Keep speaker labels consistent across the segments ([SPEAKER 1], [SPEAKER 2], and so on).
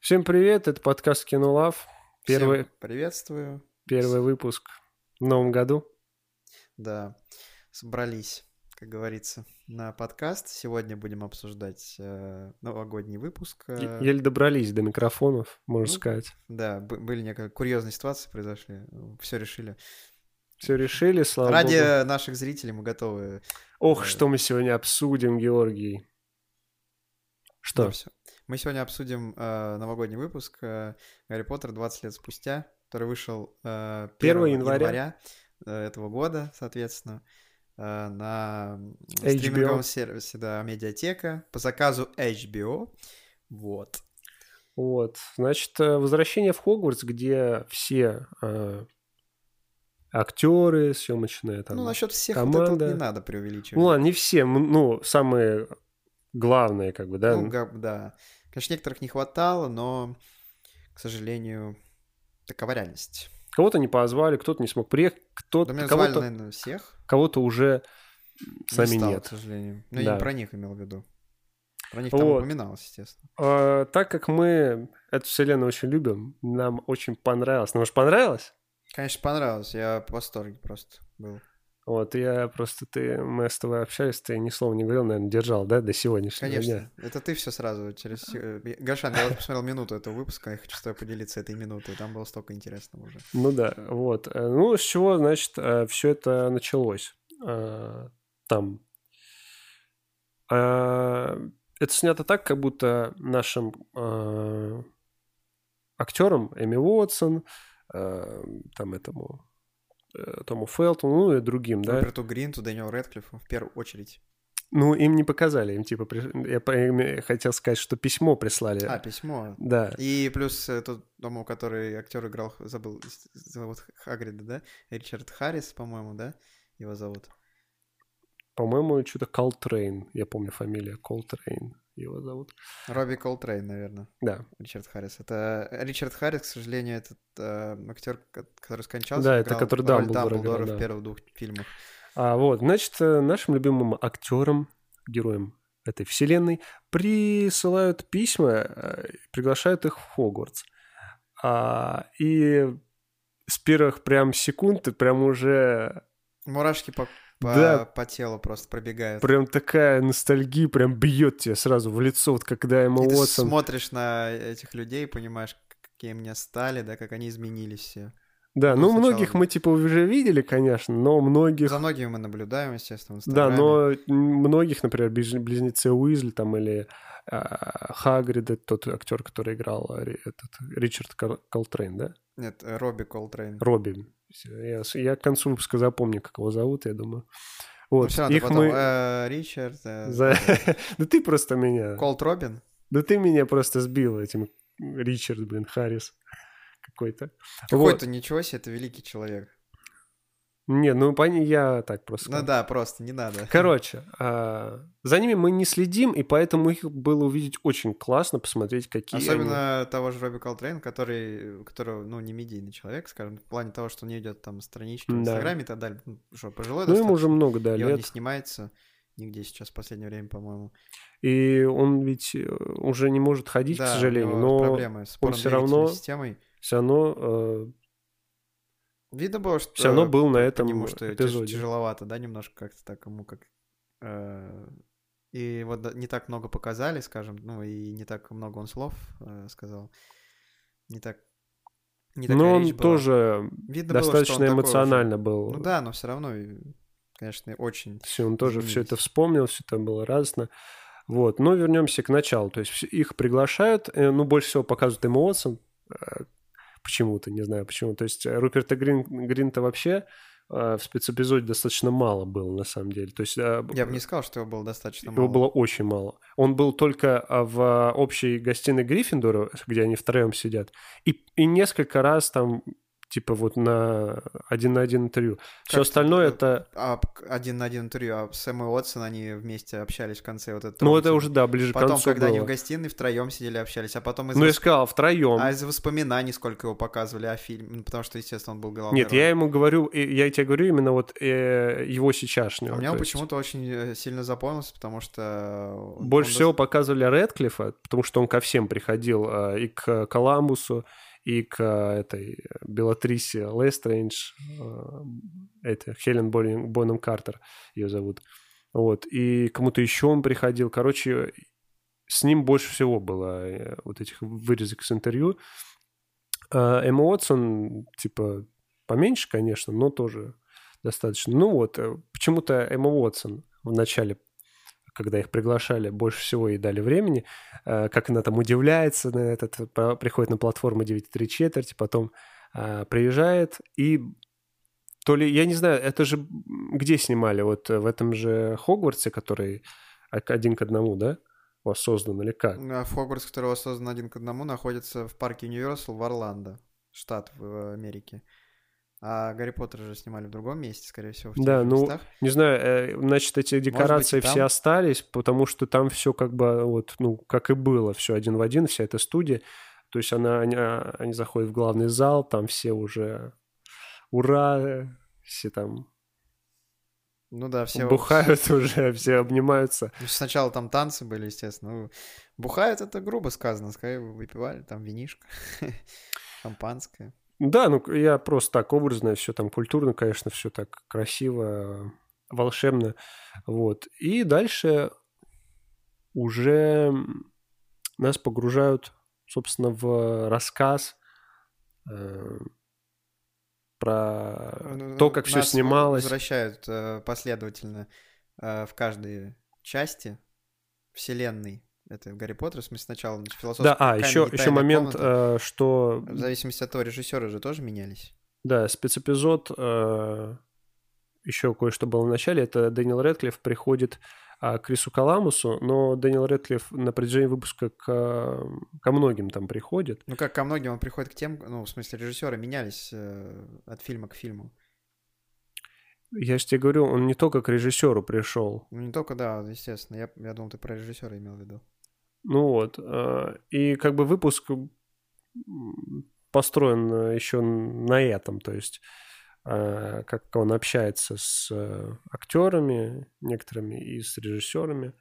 [SPEAKER 1] Всем привет, это подкаст Кинулав. Первый,
[SPEAKER 2] Всем приветствую.
[SPEAKER 1] первый выпуск в новом году.
[SPEAKER 2] Да, собрались, как говорится, на подкаст. Сегодня будем обсуждать э, новогодний выпуск.
[SPEAKER 1] Е-
[SPEAKER 2] Э,
[SPEAKER 1] Еле добрались до микрофонов, можно
[SPEAKER 2] ну.
[SPEAKER 1] сказать.
[SPEAKER 2] Да, бы- были некая курьезные ситуации произошли. Все решили.
[SPEAKER 1] Все решили, слава
[SPEAKER 2] Ради
[SPEAKER 1] богу.
[SPEAKER 2] наших зрителей мы готовы.
[SPEAKER 1] Ох, что мы сегодня обсудим, Георгий. Что?
[SPEAKER 2] все. Мы сегодня обсудим э, новогодний выпуск э, Гарри Поттер 20 лет спустя, который вышел э, 1,
[SPEAKER 1] Первого января.
[SPEAKER 2] э, этого года, соответственно, э, на м,
[SPEAKER 1] HBO.
[SPEAKER 2] стриминговом сервисе, да, медиатека по заказу HBO. Вот.
[SPEAKER 1] Вот. Значит, э, возвращение в Хогвартс, где все э, актеры, съемочные там.
[SPEAKER 2] ну,
[SPEAKER 1] Ну,
[SPEAKER 2] насчет всех вот это
[SPEAKER 1] команда.
[SPEAKER 2] вот не надо преувеличивать.
[SPEAKER 1] ладно, не все, м, ну, самые главные, как бы, да.
[SPEAKER 2] Ну, га- да. Конечно, некоторых не хватало, но, к сожалению, такова реальность.
[SPEAKER 1] Кого-то не позвали, кто-то не смог приехать,
[SPEAKER 2] Да
[SPEAKER 1] кто-то
[SPEAKER 2] меня звали,
[SPEAKER 1] кого-то,
[SPEAKER 2] наверное, всех.
[SPEAKER 1] кого-то уже с
[SPEAKER 2] Не
[SPEAKER 1] нами
[SPEAKER 2] стало,
[SPEAKER 1] нет.
[SPEAKER 2] к сожалению. Ну, я
[SPEAKER 1] Да.
[SPEAKER 2] не про них имел в виду. Про них там
[SPEAKER 1] Вот.
[SPEAKER 2] упоминалось, естественно.
[SPEAKER 1] А, так как мы эту вселенную очень любим, нам очень понравилось. Нам же понравилось?
[SPEAKER 2] Конечно, понравилось. Я в восторге просто был.
[SPEAKER 1] Вот, я просто, ты, мы с тобой общались, ты ни слова не говорил, наверное, держал, да, до сегодняшнего дня.
[SPEAKER 2] Конечно. Это ты все сразу через... се- э, Гошан, я вот посмотрел минуту этого выпуска, я хочу с тобой поделиться этой минутой. Там было столько интересного уже.
[SPEAKER 1] Ну да, вот. Э, Ну, с чего, значит, все это началось? Э, Там. Э, Это снято так, как будто нашим э, актерам Эми Уотсон, э, там этому э, Тому Фелтону, ну и другим, да.
[SPEAKER 2] Роберту Гринту, Дэниелу Рэдклиффу в первую очередь.
[SPEAKER 1] Ну, им не показали, им типа, при- я по- им хотел сказать, что письмо прислали.
[SPEAKER 2] А, письмо.
[SPEAKER 1] Да.
[SPEAKER 2] И плюс э, тот тому, который актер играл, х- забыл, с- зовут Х- Хагрида, да? Ричард Харрис, по-моему, да? Его зовут.
[SPEAKER 1] По-моему, что-то Колтрейн, я помню фамилия Колтрейн его зовут.
[SPEAKER 2] Робби Колтрейн, наверное.
[SPEAKER 1] Да,
[SPEAKER 2] Ричард Харрис. Это э, Ричард Харрис, к сожалению, этот э, актер, который скончался.
[SPEAKER 1] Да,
[SPEAKER 2] он
[SPEAKER 1] это
[SPEAKER 2] играл
[SPEAKER 1] который
[SPEAKER 2] роль
[SPEAKER 1] Дамблдора
[SPEAKER 2] Дамблдора
[SPEAKER 1] играл, да.
[SPEAKER 2] в первых двух фильмах.
[SPEAKER 1] А вот, значит, э, нашим любимым актерам, героям этой вселенной, присылают письма, э, приглашают их в Хогвартс. А, и с первых прям секунд ты прям уже
[SPEAKER 2] Мурашки по, по-
[SPEAKER 1] Да.
[SPEAKER 2] по телу просто пробегают.
[SPEAKER 1] прям такая ностальгия прям бьет тебе сразу в лицо, вот когда Эмма
[SPEAKER 2] И ты
[SPEAKER 1] Уотсон.
[SPEAKER 2] смотришь на этих людей, понимаешь, какие они стали, да, как они изменились все.
[SPEAKER 1] Да, ну
[SPEAKER 2] сначала
[SPEAKER 1] многих мы типа уже видели, конечно, но многих...
[SPEAKER 2] За многими мы наблюдаем, естественно, в
[SPEAKER 1] Да,
[SPEAKER 2] Инстаграме.
[SPEAKER 1] но многих, например, близ- близнецы Уизли там или а, Хагрида, тот актер, который играл а, Ри- этот, Ричард Кол- Колтрейн, да?
[SPEAKER 2] Нет, э, Робби Колтрейн.
[SPEAKER 1] Робби. Всё, Я, с- я к концу выпуска запомню, как его зовут, я думаю.
[SPEAKER 2] Ну,
[SPEAKER 1] Вот,
[SPEAKER 2] всё равно ты
[SPEAKER 1] их
[SPEAKER 2] потом,
[SPEAKER 1] мы...
[SPEAKER 2] э, Ричард, э,
[SPEAKER 1] за- да ты просто меня...
[SPEAKER 2] Колт Робин.
[SPEAKER 1] Да ты меня просто сбил этим Ричард, блин, Харрис какой-то. Вот.
[SPEAKER 2] Какой-то ничего себе, это великий человек.
[SPEAKER 1] Не, ну пони- я так просто...
[SPEAKER 2] Ну
[SPEAKER 1] сказал.
[SPEAKER 2] да, просто не надо.
[SPEAKER 1] Короче, а, за ними мы не следим, и поэтому их было увидеть очень классно, посмотреть, какие они.
[SPEAKER 2] Особенно того же Робби Колтрейн, который, у которого, ну, не медийный человек, скажем, в плане того, что не идет там странички в
[SPEAKER 1] Да.
[SPEAKER 2] Инстаграме и так далее. Ну, что, пожилой
[SPEAKER 1] Ну, ему уже
[SPEAKER 2] достаточно,
[SPEAKER 1] много, да,
[SPEAKER 2] и он не
[SPEAKER 1] лет.
[SPEAKER 2] снимается нигде сейчас в последнее время, по-моему.
[SPEAKER 1] И он ведь э, уже не может ходить,
[SPEAKER 2] Да,
[SPEAKER 1] к
[SPEAKER 2] у
[SPEAKER 1] сожалению,
[SPEAKER 2] него
[SPEAKER 1] но
[SPEAKER 2] проблемы с опорно-двигательной
[SPEAKER 1] всё равно-
[SPEAKER 2] системой.
[SPEAKER 1] все равно, э,
[SPEAKER 2] Видно было, что...
[SPEAKER 1] всё равно был на
[SPEAKER 2] по
[SPEAKER 1] этом
[SPEAKER 2] нему, что тяж-
[SPEAKER 1] эпизоде.
[SPEAKER 2] тяжеловато, да, немножко как-то так ему как... э, И вот да- не так много показали, скажем, ну, и не так много он слов э, сказал. Не так... Не такая
[SPEAKER 1] но он
[SPEAKER 2] речь была.
[SPEAKER 1] тоже
[SPEAKER 2] Видно было, что он
[SPEAKER 1] достаточно
[SPEAKER 2] такой уже-
[SPEAKER 1] эмоционально был.
[SPEAKER 2] Ну да, но все равно, и, конечно, очень.
[SPEAKER 1] Все, он тоже все
[SPEAKER 2] Извинились.
[SPEAKER 1] это вспомнил, все это было радостно. Вот, но вернемся к началу. То есть вс- их приглашают, э, ну, больше всего показывают Эмма Уотсон, э, почему-то, не знаю почему. То есть э, Руперта Грин, Гринта вообще э, в спецэпизоде достаточно мало было, на самом деле. То есть э,
[SPEAKER 2] Я бы не сказал, что его было достаточно
[SPEAKER 1] его
[SPEAKER 2] мало.
[SPEAKER 1] было очень мало. Он был только а, в а, общей гостиной Гриффиндора, где они втроем сидят, и, и несколько раз там типа вот на один на один интервью. Все остальное это...
[SPEAKER 2] А, один на один интервью, а Сэм и Уотсон, они вместе общались в конце вот это.
[SPEAKER 1] Ну, это уже, да, ближе к
[SPEAKER 2] Потом,
[SPEAKER 1] концу
[SPEAKER 2] когда
[SPEAKER 1] было.
[SPEAKER 2] они в гостиной втроем сидели, общались, а потом из
[SPEAKER 1] Ну, я
[SPEAKER 2] вос-
[SPEAKER 1] сказал, втроем.
[SPEAKER 2] а из воспоминаний сколько его показывали о фильме, ну, потому что, естественно, он был главный.
[SPEAKER 1] Нет, я ему говорю, э, я тебе говорю именно вот э, его
[SPEAKER 2] А
[SPEAKER 1] сейчасшнего.
[SPEAKER 2] у меня
[SPEAKER 1] то
[SPEAKER 2] он
[SPEAKER 1] есть.
[SPEAKER 2] почему-то очень э, сильно запомнился, потому что... он-
[SPEAKER 1] Больше
[SPEAKER 2] он
[SPEAKER 1] всего показывали Рэдклиффа, потому что он ко всем приходил, э, и к Коламбусу, и к э, этой э, Белатрисе Лестрейндж, э, это Хелен Бонем, Бонем Картер ее зовут. Вот, и кому-то еще он приходил. Короче, с ним больше всего было э, вот этих вырезок с интервью. А Эмма Уотсон, типа, поменьше, конечно, но тоже достаточно. Ну вот, э, почему-то Эмма Уотсон в начале когда их приглашали, больше всего и дали времени. Э, Как она там удивляется на этот, по- приходит на платформу 9.3 четверти, потом э, приезжает и то ли, я не знаю, это же м, где снимали? Вот э, в этом же Хогвартсе, который ок- один к одному, да? Создан или как?
[SPEAKER 2] А Хогвартс, которого создан один к одному, находится в парке Universal в Орландо, штат в э, Америке. А Гарри Поттер же снимали в другом месте, скорее всего, в тех
[SPEAKER 1] Да,
[SPEAKER 2] же
[SPEAKER 1] ну,
[SPEAKER 2] местах.
[SPEAKER 1] Не знаю, э, значит, эти
[SPEAKER 2] быть, и
[SPEAKER 1] декорации все
[SPEAKER 2] там.
[SPEAKER 1] остались, потому что там все как бы вот, ну, как и было, все один в один, вся эта студия. То есть она, они, а, они заходят в главный зал, там все уже ура, все там
[SPEAKER 2] Ну да, все...
[SPEAKER 1] бухают уже, все обнимаются.
[SPEAKER 2] Ну, Сначала там танцы были, естественно. Ну, Бухают это грубо сказано, скорее выпивали, там винишко, шампанское.
[SPEAKER 1] Да, ну я просто так образно, все там культурно, конечно, все так красиво, волшебно. Вот. И дальше уже м, нас погружают, собственно, в рассказ э, про Э, то, как все
[SPEAKER 2] Ну, Э, Нас
[SPEAKER 1] снималось.
[SPEAKER 2] возвращают э, последовательно э, в каждой части вселенной этой в Гарри Поттера. В смысле, сначала значит, философская
[SPEAKER 1] Да, а,
[SPEAKER 2] камень
[SPEAKER 1] еще,
[SPEAKER 2] и
[SPEAKER 1] еще
[SPEAKER 2] тайная
[SPEAKER 1] момент,
[SPEAKER 2] комната.
[SPEAKER 1] э, что
[SPEAKER 2] В зависимости от того, режиссеры же тоже менялись.
[SPEAKER 1] Да, спецэпизод, э, еще кое-что было в начале, это Дэниел Рэдклифф приходит а, к Крису Каламусу, но Дэниел Рэдклифф на протяжении выпуска к, э, ко многим там приходит.
[SPEAKER 2] Ну, как ко многим он приходит к тем, ну, в смысле, режиссеры менялись э, от фильма к фильму.
[SPEAKER 1] Я же тебе говорю, он не только к режиссеру пришел.
[SPEAKER 2] Ну, не только, да, естественно. Я, я думал, ты про режиссера имел в виду.
[SPEAKER 1] Ну вот, э, и как бы выпуск м, построен э, еще на этом, то есть э, как он общается с э, актерами некоторыми и с режиссерами.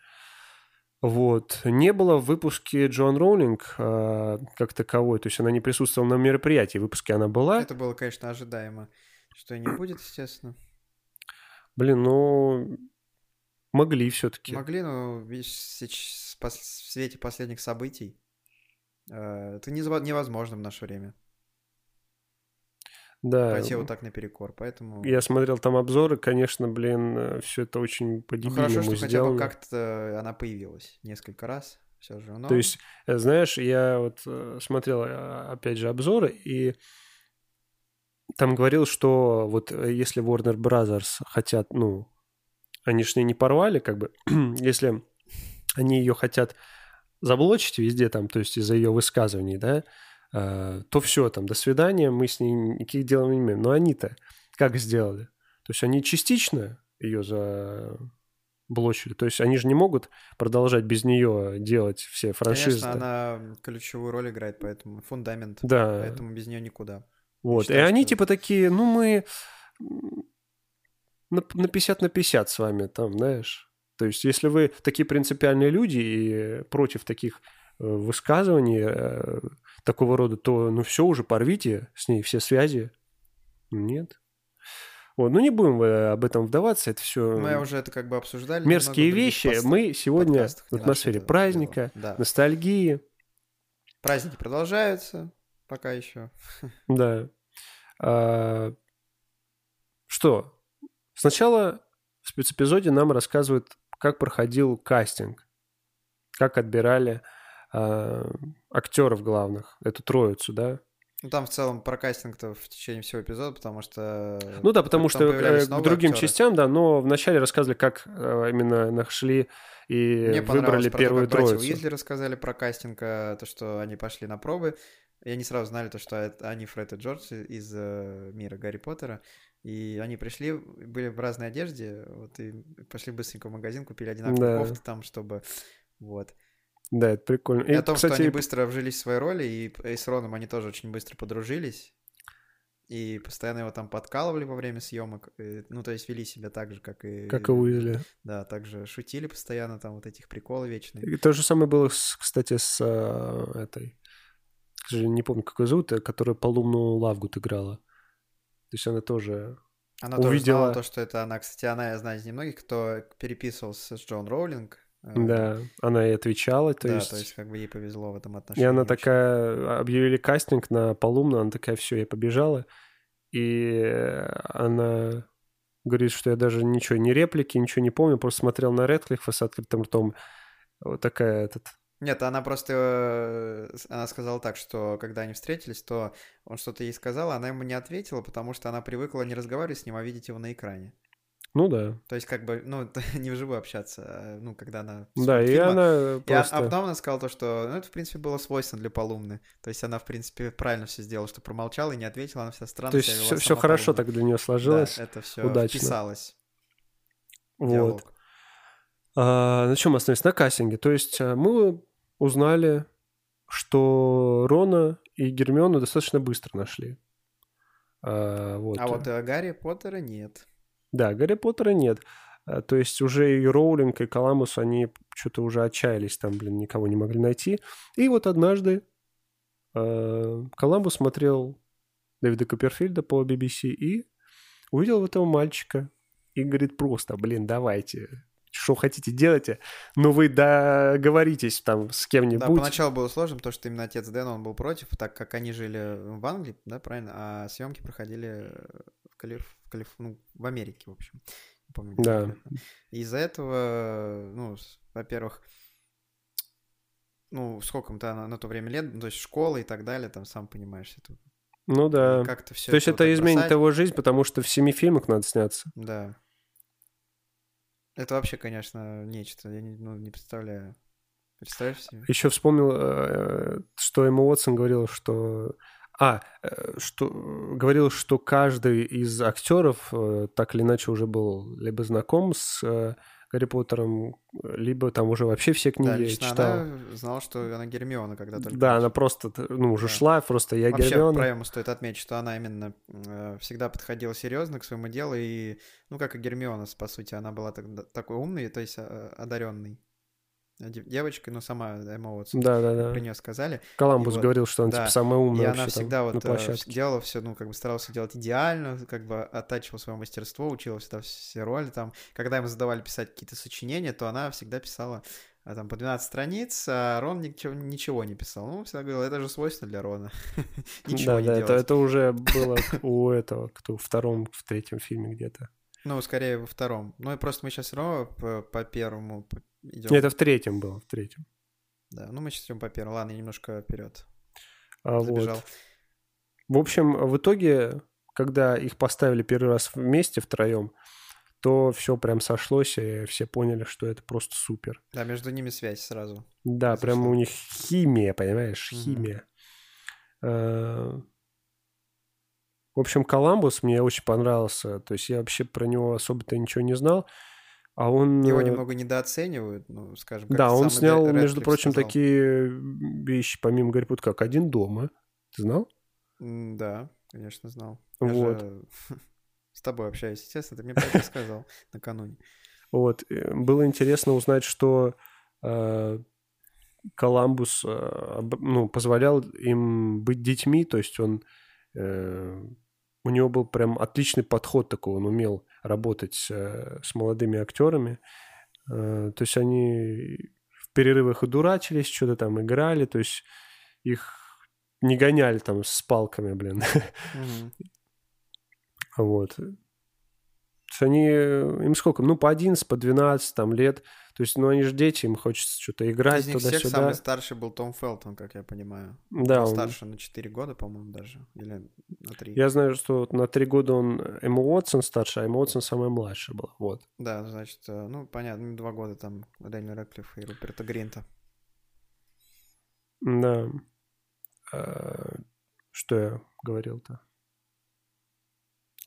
[SPEAKER 1] Вот. Не было в выпуске Джон Роулинг э, как таковой, то есть она не присутствовала на мероприятии, в выпуске она была.
[SPEAKER 2] Это было, конечно, ожидаемо, что и не будет, естественно.
[SPEAKER 1] Блин, ну, могли все-таки.
[SPEAKER 2] Могли, но видишь, сеч- пос- в свете последних событий э, это незва- невозможно в наше время.
[SPEAKER 1] Да. ну.
[SPEAKER 2] Пойти вот так наперекор, поэтому...
[SPEAKER 1] Я смотрел там обзоры, конечно, блин, все это очень по
[SPEAKER 2] Ну, хорошо, что хотя бы
[SPEAKER 1] сделано.
[SPEAKER 2] как-то она появилась несколько раз все же. Но...
[SPEAKER 1] То есть, э, знаешь, я вот э, смотрел, э, опять же, обзоры, и там говорил, что вот э, если Warner Brothers хотят, ну, они же не порвали, как бы, если они ее хотят заблочить везде там, то есть из-за ее высказываний, да, э, то все, там, до свидания, мы с ней никаких дел не имеем. Но они-то как сделали? То есть они частично ее заблочили, то есть они же не могут продолжать без нее делать все франшизы.
[SPEAKER 2] Конечно, она ключевую роль играет, поэтому фундамент,
[SPEAKER 1] Да,
[SPEAKER 2] поэтому без нее никуда.
[SPEAKER 1] вот.
[SPEAKER 2] считаю,
[SPEAKER 1] и они
[SPEAKER 2] что-
[SPEAKER 1] типа такие, ну мы м, на на 50 на 50 с вами там, знаешь. То есть если вы такие принципиальные люди и против таких э, высказываний э, такого рода, то ну все уже, порвите с ней все связи. Нет. Вот, ну не будем э, об этом вдаваться, это все
[SPEAKER 2] Мы Ну, уже это как бы обсуждали.
[SPEAKER 1] Эм, мерзкие
[SPEAKER 2] немного в других
[SPEAKER 1] вещи.
[SPEAKER 2] пост-
[SPEAKER 1] Мы сегодня
[SPEAKER 2] подкастах,
[SPEAKER 1] в
[SPEAKER 2] не надо
[SPEAKER 1] атмосфере
[SPEAKER 2] это
[SPEAKER 1] праздника,
[SPEAKER 2] делать. Да.
[SPEAKER 1] ностальгии,
[SPEAKER 2] Праздники продолжаются пока еще.
[SPEAKER 1] Да. А, Что? Сначала в спецэпизоде нам рассказывают, как проходил кастинг, как отбирали а, актеров главных, эту троицу, да?
[SPEAKER 2] Ну, там в целом про кастинг-то в течение всего эпизода, потому что...
[SPEAKER 1] Ну да, потому
[SPEAKER 2] Там
[SPEAKER 1] что э,
[SPEAKER 2] появлялись
[SPEAKER 1] к
[SPEAKER 2] новые
[SPEAKER 1] другим
[SPEAKER 2] актеры.
[SPEAKER 1] частям, да, но вначале рассказывали, как э, именно нашли и
[SPEAKER 2] Мне понравилось
[SPEAKER 1] э, выбрали
[SPEAKER 2] про то,
[SPEAKER 1] первую
[SPEAKER 2] как братья
[SPEAKER 1] троицу.
[SPEAKER 2] а, Уизли рассказали про кастинг, э, то, что они пошли на пробы, э, И они сразу знали то, что это- они Фред и Джордж и- из э, мира Гарри Поттера. И они пришли, были в разной одежде, вот и пошли быстренько в магазин, купили одинаковые
[SPEAKER 1] Да.
[SPEAKER 2] кофты там, чтобы... Вот.
[SPEAKER 1] Да, это прикольно.
[SPEAKER 2] И,
[SPEAKER 1] И,
[SPEAKER 2] о том,
[SPEAKER 1] кстати,
[SPEAKER 2] что они быстро вжились в свои роли, и, и с Роном они тоже очень быстро подружились. И постоянно его там подкалывали во время съемок. и, ну, то есть вели себя так же, как и...
[SPEAKER 1] как и Уизли.
[SPEAKER 2] Да, также шутили постоянно, там вот этих приколы вечные.
[SPEAKER 1] И То же самое было, с- кстати, с э, этой... К сожалению, не помню, как ее зовут, э, которая полумную Лавгут играла. То есть она тоже...
[SPEAKER 2] Она тоже
[SPEAKER 1] увидела-
[SPEAKER 2] знала то, что это она. Кстати, она, я знаю, из немногих, кто переписывался с Джон Роулинг. Э,
[SPEAKER 1] Да, она и отвечала, то
[SPEAKER 2] да,
[SPEAKER 1] есть...
[SPEAKER 2] то есть как бы ей повезло в этом отношении.
[SPEAKER 1] И она
[SPEAKER 2] очень.
[SPEAKER 1] такая, а, объявили кастинг на полумну, она такая, все, я побежала. И э, она говорит, что я даже ничего, ни реплики, ничего не помню, просто смотрел на Редклиффа с открытым ртом. Вот такая этот...
[SPEAKER 2] Нет, она просто... э, с- Она сказала так, что когда они встретились, то он что-то ей сказал, а она ему не ответила, потому что она привыкла не разговаривать с ним, а видеть его на экране.
[SPEAKER 1] Ну да.
[SPEAKER 2] То есть как бы, ну, не вживую общаться, а, ну, когда она...
[SPEAKER 1] да,
[SPEAKER 2] смотрит
[SPEAKER 1] и
[SPEAKER 2] фильмы.
[SPEAKER 1] она
[SPEAKER 2] И, а-
[SPEAKER 1] просто...
[SPEAKER 2] А потом она сказала то, что ну, это, в принципе, было свойственно для полумны. То есть она, в принципе, правильно все сделала, что промолчала и не ответила, она вся странно
[SPEAKER 1] То есть
[SPEAKER 2] себя вела
[SPEAKER 1] все,
[SPEAKER 2] сама
[SPEAKER 1] хорошо
[SPEAKER 2] Полумна.
[SPEAKER 1] так для нее сложилось.
[SPEAKER 2] Да, это все
[SPEAKER 1] удачно.
[SPEAKER 2] вписалось. в
[SPEAKER 1] вот.
[SPEAKER 2] диалог.
[SPEAKER 1] А, на чем мы остановились? На кастинге. То есть а, мы узнали, что Рона и Гермиону достаточно быстро нашли. А, вот.
[SPEAKER 2] А вот э, Гарри Поттера нет.
[SPEAKER 1] Да, Гарри Поттера нет. А, То есть уже и Роулинг, и Каламус, они что-то уже отчаялись, там, блин, никого не могли найти. И вот однажды э, Коламбус смотрел Дэвида Копперфильда по BBC и увидел вот этого мальчика. И говорит просто, блин, давайте, что хотите, делайте, но вы договоритесь там с кем-нибудь.
[SPEAKER 2] Да, поначалу было сложно, потому что именно отец Дэна, он был против, так как они жили в Англии, да, правильно, а съемки проходили э, в, Калиф... в, Калиф- ну, в Америке, в общем. Не помню, где
[SPEAKER 1] Да.
[SPEAKER 2] конкретно. И Из-за этого, ну, с- во-первых, ну, сколько им то на, на то время лет, ну, то есть школа и так далее, там, сам понимаешь, это
[SPEAKER 1] Ну да.
[SPEAKER 2] как-то все
[SPEAKER 1] То есть это изменит его жизнь, потому что в семи фильмах надо сняться.
[SPEAKER 2] Да. Это вообще, конечно, нечто. Я не, ну, не представляю. Представляешь себе?
[SPEAKER 1] Еще вспомнил, э, что Эмма Уотсон говорила, что... А, э, что э, говорил, что каждый из актеров э, так или иначе уже был либо знаком с э, Гарри Поттером, либо там уже вообще все
[SPEAKER 2] Да,
[SPEAKER 1] книги
[SPEAKER 2] лично
[SPEAKER 1] читал.
[SPEAKER 2] она знала, что она Гермиона, когда только...
[SPEAKER 1] да, она просто ну, уже
[SPEAKER 2] Да.
[SPEAKER 1] шла, просто я
[SPEAKER 2] Вообще,
[SPEAKER 1] Гермиона.
[SPEAKER 2] правильно стоит отметить, что она именно э, всегда подходила серьезно к своему делу, и, ну, как и Гермиона, по сути, она была так- такой умной, то есть э, одаренной девочкой, но сама Эмма Уотсон.
[SPEAKER 1] Да, да, да.
[SPEAKER 2] Про нее сказали.
[SPEAKER 1] Коламбус
[SPEAKER 2] И вот-
[SPEAKER 1] говорил, что она
[SPEAKER 2] да.
[SPEAKER 1] типа самая умная
[SPEAKER 2] и
[SPEAKER 1] вообще
[SPEAKER 2] она
[SPEAKER 1] там
[SPEAKER 2] всегда
[SPEAKER 1] на
[SPEAKER 2] вот э,
[SPEAKER 1] площадке.
[SPEAKER 2] делала все, ну, как бы старалась делать идеально, как бы оттачивала свое мастерство, учила всегда все роли там. Когда ему задавали писать какие-то сочинения, то она всегда писала а, там по 12 страниц, а Рон ничего, ничего не писал. Ну, всегда говорила, это же свойственно для Рона. Ничего
[SPEAKER 1] да,
[SPEAKER 2] не
[SPEAKER 1] да, это,
[SPEAKER 2] делать.
[SPEAKER 1] это уже было у этого, кто в втором, в третьем фильме где-то.
[SPEAKER 2] Ну, скорее во втором. Ну, и просто мы сейчас все равно по- по первому
[SPEAKER 1] Не,
[SPEAKER 2] идем.
[SPEAKER 1] Это в третьем было, в третьем.
[SPEAKER 2] Да, ну мы сейчас идем по первому. Ладно, я немножко вперед
[SPEAKER 1] А, вот.
[SPEAKER 2] забежал.
[SPEAKER 1] В общем, в итоге, когда их поставили первый раз вместе втроем, то все прям сошлось, и все поняли, что это просто супер.
[SPEAKER 2] Да, между ними связь сразу.
[SPEAKER 1] Да,
[SPEAKER 2] Произошло.
[SPEAKER 1] прям у них химия, понимаешь,
[SPEAKER 2] Мгм.
[SPEAKER 1] химия. Э, В общем, Коламбус мне очень понравился. То есть я вообще про него особо-то ничего не знал. А он...
[SPEAKER 2] Его
[SPEAKER 1] э,
[SPEAKER 2] немного недооценивают, ну, скажем, как
[SPEAKER 1] да,
[SPEAKER 2] сам
[SPEAKER 1] он
[SPEAKER 2] Рэ-
[SPEAKER 1] снял, между
[SPEAKER 2] Рэдклифф
[SPEAKER 1] прочим,
[SPEAKER 2] сказал.
[SPEAKER 1] такие вещи, помимо Гарри Поттера, как «Один дома». Ты знал?
[SPEAKER 2] М, Да, конечно, знал.
[SPEAKER 1] Вот.
[SPEAKER 2] же с тобой общаюсь, естественно, ты мне про это сказал накануне.
[SPEAKER 1] Вот. э, Было интересно узнать, что э, Коламбус э, об- ну, позволял им быть детьми, то есть он... э, у него был прям отличный подход такой, он умел работать э, с молодыми актерами. Э, то есть они в перерывах и дурачились, что-то там играли, то есть их не гоняли там с палками, блин.
[SPEAKER 2] Мгм.
[SPEAKER 1] Вот. То есть они, э, им сколько? Ну, по 11, по 12 там лет. То есть, ну, они же дети, им хочется что-то играть
[SPEAKER 2] Из них всех
[SPEAKER 1] туда-сюда.
[SPEAKER 2] самый старший был Том Фелтон, как я понимаю.
[SPEAKER 1] Да,
[SPEAKER 2] Он
[SPEAKER 1] он-
[SPEAKER 2] старше на 4 года, по-моему, даже. Или на 3.
[SPEAKER 1] я знаю, что вот на три года он э, Эмма Уотсон старше, а Эмма Уотсон самая младшая была. Вот.
[SPEAKER 2] Да, значит, э, ну, понятно, ну, два года там у Дэниела Рэдклиффа и Руперта Гринта.
[SPEAKER 1] Да. Э, Что я говорил-то?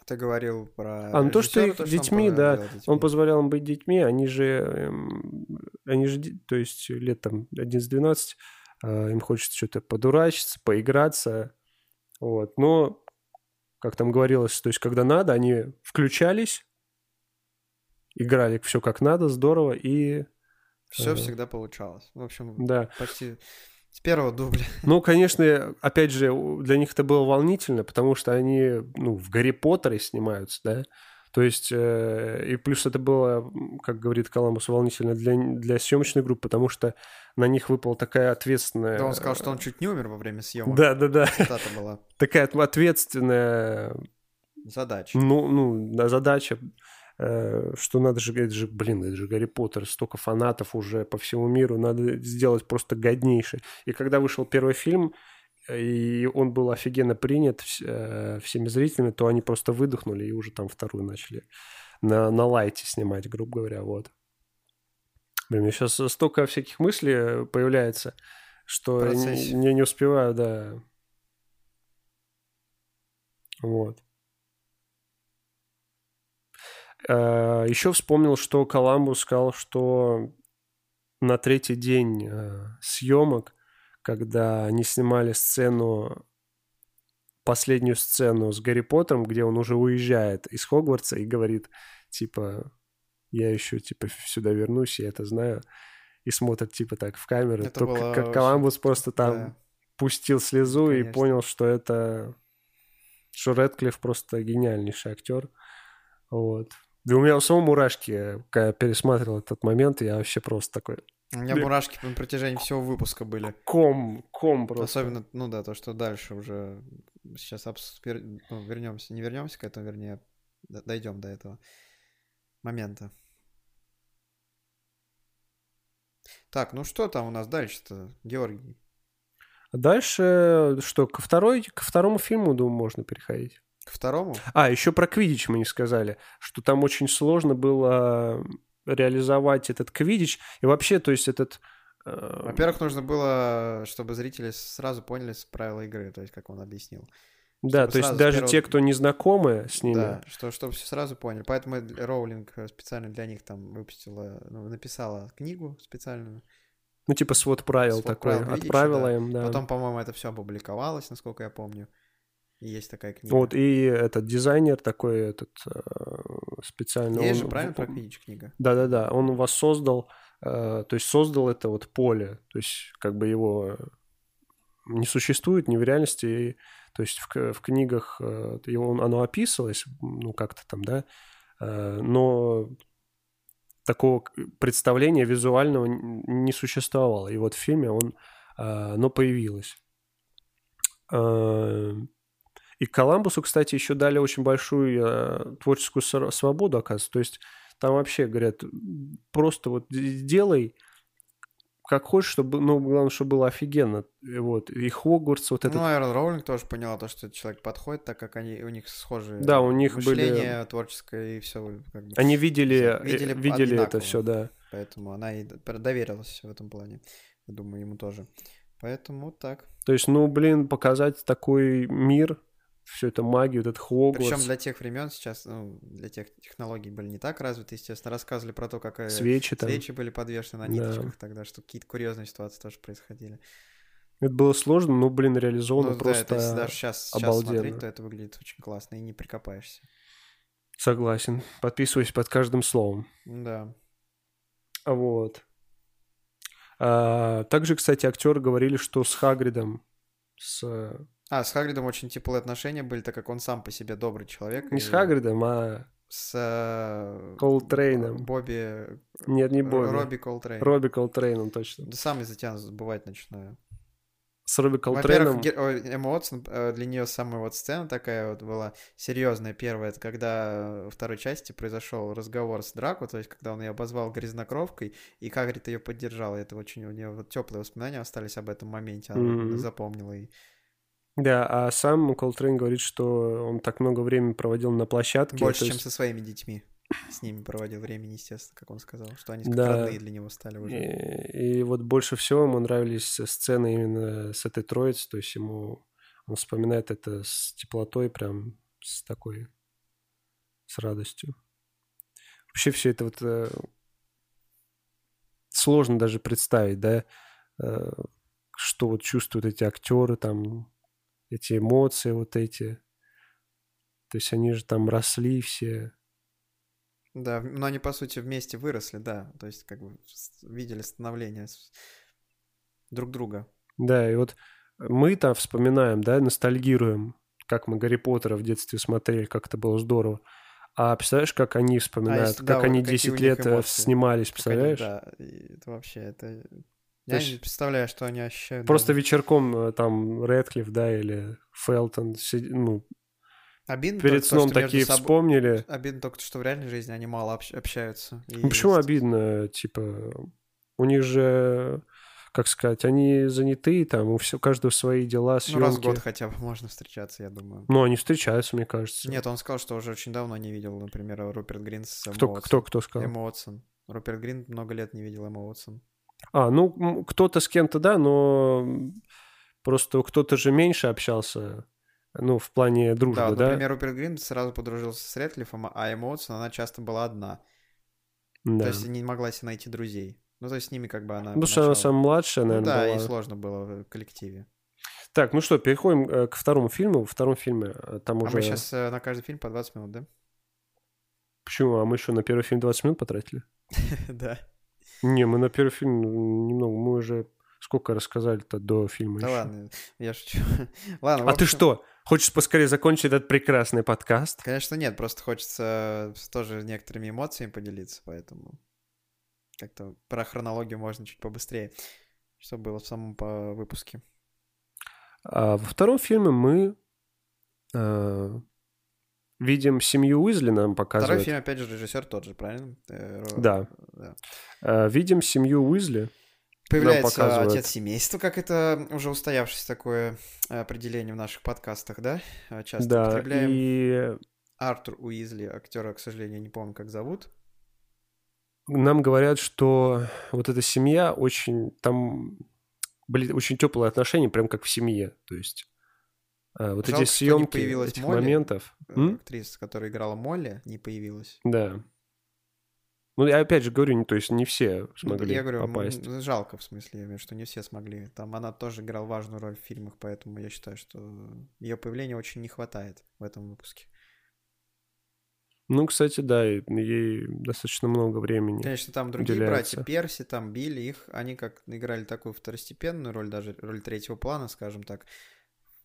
[SPEAKER 2] Ты говорил про...
[SPEAKER 1] А, ну то, что
[SPEAKER 2] режиссёра,
[SPEAKER 1] их
[SPEAKER 2] то, он
[SPEAKER 1] детьми, да,
[SPEAKER 2] позволял детьми.
[SPEAKER 1] он позволял им быть детьми, они же, эм, они же, де- то есть лет там 11-12, э, им хочется что-то подурачиться, поиграться, вот, но, как там говорилось, то есть когда надо, они включались, играли все как надо, здорово, и
[SPEAKER 2] Все
[SPEAKER 1] Ага.
[SPEAKER 2] всегда получалось. В общем,
[SPEAKER 1] да.
[SPEAKER 2] почти с первого дубля.
[SPEAKER 1] Ну, конечно, опять же, у- для них это было волнительно, потому что они, ну, в Гарри Поттере снимаются, да. То есть, э, и плюс это было, м, как говорит Коламбус, волнительно для, н- для съемочной группы, потому что на них выпала такая ответственная... э,
[SPEAKER 2] Да он сказал, что он чуть не умер во время съемок.
[SPEAKER 1] Да, да, да.
[SPEAKER 2] Цитата была.
[SPEAKER 1] Такая от- ответственная,
[SPEAKER 2] Задача.
[SPEAKER 1] ну, ну, да, задача, э, что надо же, это же, блин, это же Гарри Поттер, столько фанатов уже по всему миру, надо сделать просто годнейший. И когда вышел первый фильм, э, и он был офигенно принят вс- э, всеми зрителями, то они просто выдохнули и уже там вторую начали на, на лайте снимать, грубо говоря, вот. Блин, у меня сейчас столько всяких мыслей э, появляется, что
[SPEAKER 2] В
[SPEAKER 1] я не,
[SPEAKER 2] процессе.
[SPEAKER 1] не- не успеваю, да. Вот. Еще Э, вспомнил, что Коламбус сказал, что на третий день э, съемок, когда они снимали сцену, последнюю сцену с Гарри Поттером, где он уже уезжает из Хогвартса и говорит, типа, я еще, типа, сюда вернусь, я это знаю, и смотрит, типа, так в камеру,
[SPEAKER 2] Это
[SPEAKER 1] то к-
[SPEAKER 2] было
[SPEAKER 1] как
[SPEAKER 2] очень-
[SPEAKER 1] Коламбус просто там
[SPEAKER 2] Да.
[SPEAKER 1] пустил слезу и
[SPEAKER 2] Конечно.
[SPEAKER 1] понял, что это... Что Редклифф просто гениальнейший актер. Вот. Да у меня у самого мурашки, когда я пересматривал этот момент, я вообще просто такой
[SPEAKER 2] У меня
[SPEAKER 1] Бля.
[SPEAKER 2] мурашки на протяжении всего выпуска были.
[SPEAKER 1] ком, ком просто.
[SPEAKER 2] Особенно, ну да, то, что дальше уже сейчас абс- пер- ну, вернемся, не вернемся к этому, вернее, дойдем до этого момента. Так, ну что там у нас дальше-то, Георгий?
[SPEAKER 1] А Дальше что, ко, второй, ко второму фильму, думаю, можно переходить.
[SPEAKER 2] К второму?
[SPEAKER 1] А, еще про Квидич мы не сказали, что там очень сложно было реализовать этот Квидич. И вообще, то есть этот... э,
[SPEAKER 2] Во-первых, нужно было, чтобы зрители сразу поняли с правила игры, то есть как он объяснил.
[SPEAKER 1] да,
[SPEAKER 2] чтобы
[SPEAKER 1] то есть
[SPEAKER 2] типа, сразу с
[SPEAKER 1] даже
[SPEAKER 2] первого-
[SPEAKER 1] те, кто не знакомы с ними,
[SPEAKER 2] Да, что, чтобы все сразу поняли. Поэтому и Роулинг э, специально для них там выпустила, ну, написала книгу специальную.
[SPEAKER 1] ну типа свод правил
[SPEAKER 2] Свод
[SPEAKER 1] такой,
[SPEAKER 2] правил Квиддича,
[SPEAKER 1] отправила
[SPEAKER 2] да.
[SPEAKER 1] им, да.
[SPEAKER 2] Потом, по-моему, это все опубликовалось, насколько я помню. И есть такая книга.
[SPEAKER 1] Вот, и этот дизайнер такой, этот э, специально...
[SPEAKER 2] Есть же,
[SPEAKER 1] он-
[SPEAKER 2] правильно, про
[SPEAKER 1] он-
[SPEAKER 2] Квиддич книга?
[SPEAKER 1] Да-да-да, он воссоздал, э, то есть создал это вот поле, то есть как бы его э, не существует ни в реальности, и, то есть в, к- в книгах э, его, оно описывалось, ну как-то там, да, э, но такого к- представления визуального н- не существовало, и вот в фильме он, э, оно появилось. Э, И Коламбусу, кстати, еще дали очень большую э, творческую сор- свободу, оказывается, то есть там вообще говорят, м, просто вот сделай как хочешь, чтобы, ну, главное, чтобы было офигенно. И Вот, и Хогвартс, вот этот...
[SPEAKER 2] Ну, Айрон Роулинг тоже поняла то, что человек подходит, так как они, у них схожие
[SPEAKER 1] Да, у них были-
[SPEAKER 2] э, мышление творческое и все. Как бы.
[SPEAKER 1] Они видели, э,
[SPEAKER 2] Видели
[SPEAKER 1] видели, это
[SPEAKER 2] одинаково.
[SPEAKER 1] все, да.
[SPEAKER 2] Поэтому она и д- пр- доверилась в этом плане. Я думаю, ему тоже. Поэтому так.
[SPEAKER 1] То есть, ну, блин, показать такой мир, всю эту магию, этот Хогвартс,
[SPEAKER 2] Причем для тех времен сейчас, ну, для тех технологий были не так развиты, естественно. Рассказывали про то, как э,
[SPEAKER 1] свечи там.
[SPEAKER 2] свечи были подвешены на
[SPEAKER 1] Да.
[SPEAKER 2] ниточках тогда, что какие-то курьезные ситуации тоже происходили.
[SPEAKER 1] Это было сложно, но, блин, реализовано
[SPEAKER 2] Ну да, это
[SPEAKER 1] просто...
[SPEAKER 2] если даже сейчас, сейчас
[SPEAKER 1] обалденно.
[SPEAKER 2] смотреть, то это выглядит очень классно, и не прикопаешься.
[SPEAKER 1] Согласен. Подписываюсь под каждым словом.
[SPEAKER 2] Да.
[SPEAKER 1] Вот. А, также, кстати, актеры говорили, что с Хагридом, с... э,
[SPEAKER 2] А, с Хагридом очень теплые отношения были, так как он сам по себе добрый человек.
[SPEAKER 1] Не
[SPEAKER 2] и
[SPEAKER 1] с Хагридом, а
[SPEAKER 2] С... э,
[SPEAKER 1] Колтрейном.
[SPEAKER 2] Бобби...
[SPEAKER 1] Нет, не
[SPEAKER 2] Р-
[SPEAKER 1] Бобби. Робби,
[SPEAKER 2] Робби Колтрейн.
[SPEAKER 1] Колтрейном, точно.
[SPEAKER 2] Да сам из-за тебя забывать начинаю.
[SPEAKER 1] С Робби Колтрейном.
[SPEAKER 2] Во-первых, Ге- ой, Эмма Уотсон, э, для нее самая вот сцена такая вот была серьезная первая, это когда э, во второй части произошел разговор с Драко, то есть когда он ее обозвал грязнокровкой, и Хагрид ее поддержал, и это очень у нее вот теплые воспоминания остались об этом моменте, она
[SPEAKER 1] Мгм.
[SPEAKER 2] запомнила. И...
[SPEAKER 1] Да, а сам Колтрейн говорит, что он так много времени проводил на площадке.
[SPEAKER 2] Больше,
[SPEAKER 1] то
[SPEAKER 2] чем
[SPEAKER 1] есть-
[SPEAKER 2] со своими детьми. с ними проводил время, естественно, как он сказал, что они как да. родные для него стали уже.
[SPEAKER 1] Э, И, и вот больше всего ему нравились сцены именно с этой троицей, то есть ему он вспоминает это с теплотой, прям с такой, с радостью. Вообще все это вот э, сложно даже представить, да, э, что вот чувствуют эти актеры, там, эти эмоции вот эти. То есть они же там росли все,
[SPEAKER 2] да, но они, по сути, вместе выросли, да. То есть, как бы, видели становление друг друга.
[SPEAKER 1] Да, и вот мы там вспоминаем, да, ностальгируем, как мы Гарри Поттера в детстве смотрели, как это было здорово. А представляешь, как они вспоминают, а если, как да, они вот 10 лет эмоции. снимались, представляешь?
[SPEAKER 2] Они, да, и это вообще, это... Я есть... не представляю, что они ощущают.
[SPEAKER 1] Просто даже. вечерком э, там Редклифф, да, или Фелтон, ну,
[SPEAKER 2] Обидно
[SPEAKER 1] Перед только, сном то, такие соб... вспомнили.
[SPEAKER 2] Обидно только, что в реальной жизни они мало общ... общаются.
[SPEAKER 1] И ну, почему есть... обидно? Типа, у них же, как сказать, они заняты, там, у, все, у каждого свои дела, съемки.
[SPEAKER 2] Ну, раз в год хотя бы можно встречаться, я думаю.
[SPEAKER 1] Ну, они встречаются, мне кажется.
[SPEAKER 2] Нет, он сказал, что уже очень давно не видел, например, Руперт Грин с Эмма
[SPEAKER 1] кто, кто, кто сказал?
[SPEAKER 2] Эмма Уотсон. Руперт Грин много лет не видел Эмма Уотсон.
[SPEAKER 1] А, ну, кто-то с кем-то, да, но просто кто-то же меньше общался ну, в плане дружбы, да?
[SPEAKER 2] Вот, например, да? Руперт Грин сразу подружился с Ретлифом, а Эмма Уотсон, она часто была одна. Да. То есть не могла себе найти друзей. Ну, то есть с ними как бы она...
[SPEAKER 1] Ну, поначалу... она самая младшая, наверное,
[SPEAKER 2] ну, да,
[SPEAKER 1] была.
[SPEAKER 2] ей сложно было в коллективе.
[SPEAKER 1] Так, ну что, переходим к второму фильму. Во втором фильме э, там уже...
[SPEAKER 2] А мы сейчас на каждый фильм по 20 минут, да?
[SPEAKER 1] Почему? А мы еще на первый фильм 20 минут потратили?
[SPEAKER 2] Да.
[SPEAKER 1] Не, мы на первый фильм немного, мы уже Сколько рассказали-то до фильма
[SPEAKER 2] Да
[SPEAKER 1] еще?
[SPEAKER 2] ладно, Ну, я шучу. ладно,
[SPEAKER 1] а общем... ты что, хочешь поскорее закончить этот прекрасный подкаст?
[SPEAKER 2] Конечно нет, просто хочется э, тоже некоторыми эмоциями поделиться, поэтому как-то про хронологию можно чуть побыстрее, что было в самом по выпуске.
[SPEAKER 1] А во втором фильме мы э, видим семью Уизли, нам показывают.
[SPEAKER 2] Второй фильм, опять же, режиссер тот же, правильно? Э,
[SPEAKER 1] Да. да. А, видим семью Уизли.
[SPEAKER 2] Появляется отец семейства, как это уже устоявшееся такое э, определение в наших подкастах, да? Э, Часто
[SPEAKER 1] да,
[SPEAKER 2] употребляем.
[SPEAKER 1] И...
[SPEAKER 2] Артур Уизли, актера, к сожалению, не помню, как зовут.
[SPEAKER 1] Нам говорят, что вот эта семья очень там были очень теплые отношения, прям как в семье. То есть э, вот
[SPEAKER 2] Жалко,
[SPEAKER 1] эти съемки этих
[SPEAKER 2] Молли,
[SPEAKER 1] моментов.
[SPEAKER 2] э, Актриса, которая играла Молли, не появилась.
[SPEAKER 1] Да. Ну, я опять же говорю, то есть не все смогли ну,
[SPEAKER 2] я говорю,
[SPEAKER 1] попасть.
[SPEAKER 2] Жалко, в смысле, что не все смогли. Там она тоже играла важную роль в фильмах, поэтому я считаю, что ее появления очень не хватает в этом выпуске.
[SPEAKER 1] Ну, кстати, да, ей достаточно много времени.
[SPEAKER 2] Конечно, там другие уделяется. братья Перси, там Билли, их, они как играли такую второстепенную роль, даже роль третьего плана, скажем так.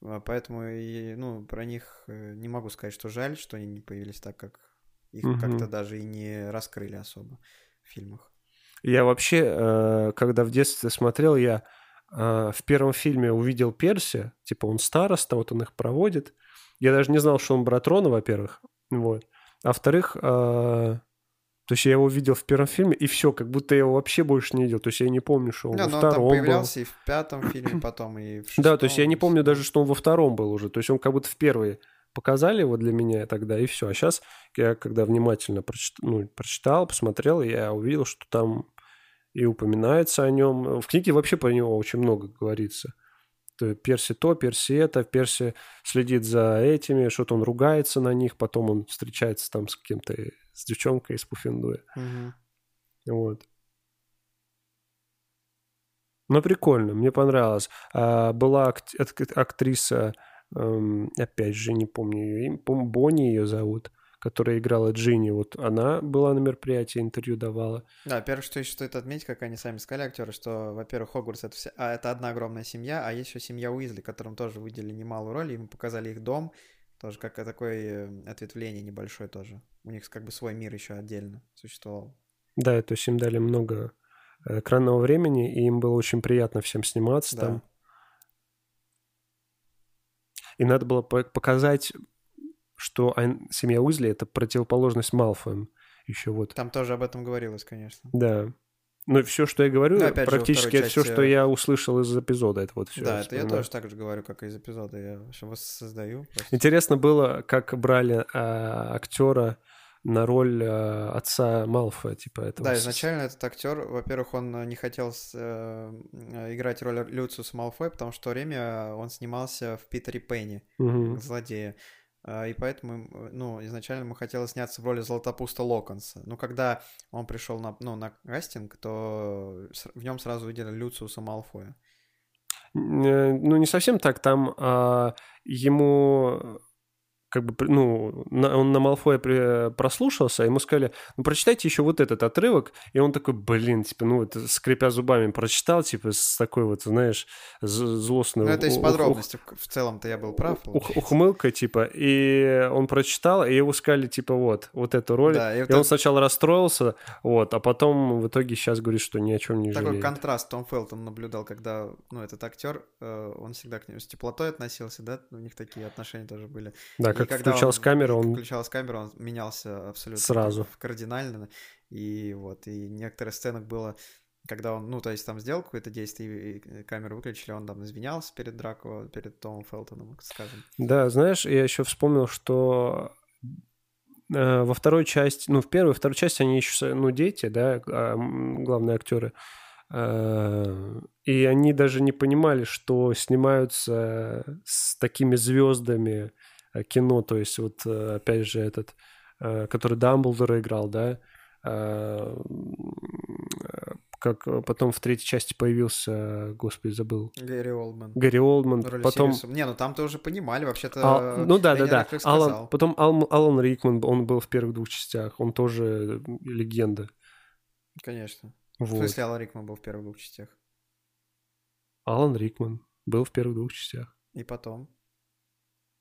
[SPEAKER 2] А, Поэтому, и, ну, про них не могу сказать, что жаль, что они не появились так, как их угу. как-то даже и не раскрыли особо в фильмах.
[SPEAKER 1] Я вообще, э, когда в детстве смотрел, я э, в первом фильме увидел Перси, типа он староста, вот он их проводит. Я даже не знал, что он брат Рона, во-первых, вот. А во-вторых, то есть я его видел в первом фильме, и все, как будто я его вообще больше не видел. То есть я не помню, что он
[SPEAKER 2] да,
[SPEAKER 1] во
[SPEAKER 2] но
[SPEAKER 1] втором
[SPEAKER 2] ну, он там появлялся был. и в пятом фильме, потом и в шестом.
[SPEAKER 1] Да, то есть я не помню даже, что он во втором был уже. То есть он как будто в первый показали его для меня тогда, и все. А сейчас я, когда внимательно прочит... ну, прочитал, посмотрел, я увидел, что там и упоминается о нем. В книге вообще про него очень много говорится. То Перси то, Перси это, Перси следит за этими, что-то он ругается на них, потом он встречается там с кем-то, э, с девчонкой из Пуффендуя. Угу. Вот. Ну, прикольно, мне понравилось. А, была акт... актриса эм, опять же, не помню ее имя, помню, Бонни ее зовут, которая играла Джинни, вот она была на мероприятии, интервью давала.
[SPEAKER 2] Да, первое, что еще стоит отметить, как они сами сказали, актеры, что, во-первых, Хогвартс это, вся, а, это одна огромная семья, а есть еще семья Уизли, которым тоже выделили немалую роль, им показали их дом, тоже как э, такое ответвление небольшое тоже. У них как бы свой мир еще отдельно существовал.
[SPEAKER 1] Да, то есть им дали много экранного времени, и им было очень приятно всем сниматься да. там и надо было показать, что семья Уизли — это противоположность Малфоем. Еще вот.
[SPEAKER 2] Там тоже об этом говорилось, конечно.
[SPEAKER 1] Да. Но все, что я говорю, ну, практически же, это все, части... что я услышал из эпизода. Это вот все.
[SPEAKER 2] Да, это я тоже так же говорю, как и из эпизода. Я воссоздаю.
[SPEAKER 1] Просто. Интересно было, как брали а, актера на роль э, отца Малфа, типа этого.
[SPEAKER 2] Да,
[SPEAKER 1] с-
[SPEAKER 2] изначально этот актер, во-первых, он э, не хотел с- э, э, играть роль Люциуса Малфоя, потому что в то время он снимался в Питере Пенни,
[SPEAKER 1] Мгм.
[SPEAKER 2] злодея. А, И поэтому, им, э, ну, изначально ему хотелось сняться в роли Золотопуста Локонса. Но когда он пришел на, ну, на кастинг, то с- в нем сразу увидели Люциуса Малфоя.
[SPEAKER 1] Э, Ну, не совсем так. Там а, ему как бы, при- ну, на- он на Малфоя при- прослушался, а ему сказали, ну, прочитайте еще вот этот отрывок, и он такой, блин, типа, ну, вот, скрипя зубами, прочитал, типа, с такой вот, знаешь, з- злостной...
[SPEAKER 2] Ну, это
[SPEAKER 1] ух-
[SPEAKER 2] из
[SPEAKER 1] ух-
[SPEAKER 2] подробностей. В- В целом-то я был прав.
[SPEAKER 1] ух-
[SPEAKER 2] получается.
[SPEAKER 1] ухмылка, типа, и он прочитал, и его сказали, типа, вот, вот эту роль.
[SPEAKER 2] Да, и вот
[SPEAKER 1] и он
[SPEAKER 2] это-
[SPEAKER 1] сначала расстроился, вот, а потом в итоге сейчас говорит, что ни о чем не
[SPEAKER 2] Такой
[SPEAKER 1] жалеет.
[SPEAKER 2] контраст Том Фелтон наблюдал, когда, ну, этот актер, э, он всегда к нему с теплотой относился, да, у них такие отношения тоже были.
[SPEAKER 1] Да,
[SPEAKER 2] И
[SPEAKER 1] как
[SPEAKER 2] когда
[SPEAKER 1] включалась
[SPEAKER 2] он-
[SPEAKER 1] камера,
[SPEAKER 2] как
[SPEAKER 1] он
[SPEAKER 2] Включалась камера, он менялся абсолютно.
[SPEAKER 1] Сразу.
[SPEAKER 2] там Кардинально. И вот, и в некоторых сценах было, когда он, ну, то есть там сделал какое-то действие, и камеру выключили, он там извинялся перед Драко, перед Томом Фелтоном, скажем.
[SPEAKER 1] Да, знаешь, я еще вспомнил, что э, во второй части, ну, в первой, второй части они еще, со- ну, дети, да, а, м, главные актеры, Э, и они даже не понимали, что снимаются с такими звездами э, кино, то есть вот, э, опять же, этот, э, который Дамблдора играл, да, э, м, как потом в третьей части появился, господи, забыл,
[SPEAKER 2] Гэри Олдман.
[SPEAKER 1] Гарри Олдман,
[SPEAKER 2] Роль
[SPEAKER 1] потом...
[SPEAKER 2] Сириуса. Не, ну там-то уже понимали, вообще-то...
[SPEAKER 1] А, ну да, да,
[SPEAKER 2] Дэниел
[SPEAKER 1] да.
[SPEAKER 2] Рэдклифф
[SPEAKER 1] Алан,
[SPEAKER 2] э, сказал.
[SPEAKER 1] потом Алм- Алан Рикман, он был в первых двух частях, он тоже э, легенда.
[SPEAKER 2] Конечно. В
[SPEAKER 1] Вот.
[SPEAKER 2] смысле, Алан Рикман был в первых двух частях.
[SPEAKER 1] Алан Рикман был в первых двух частях.
[SPEAKER 2] И потом.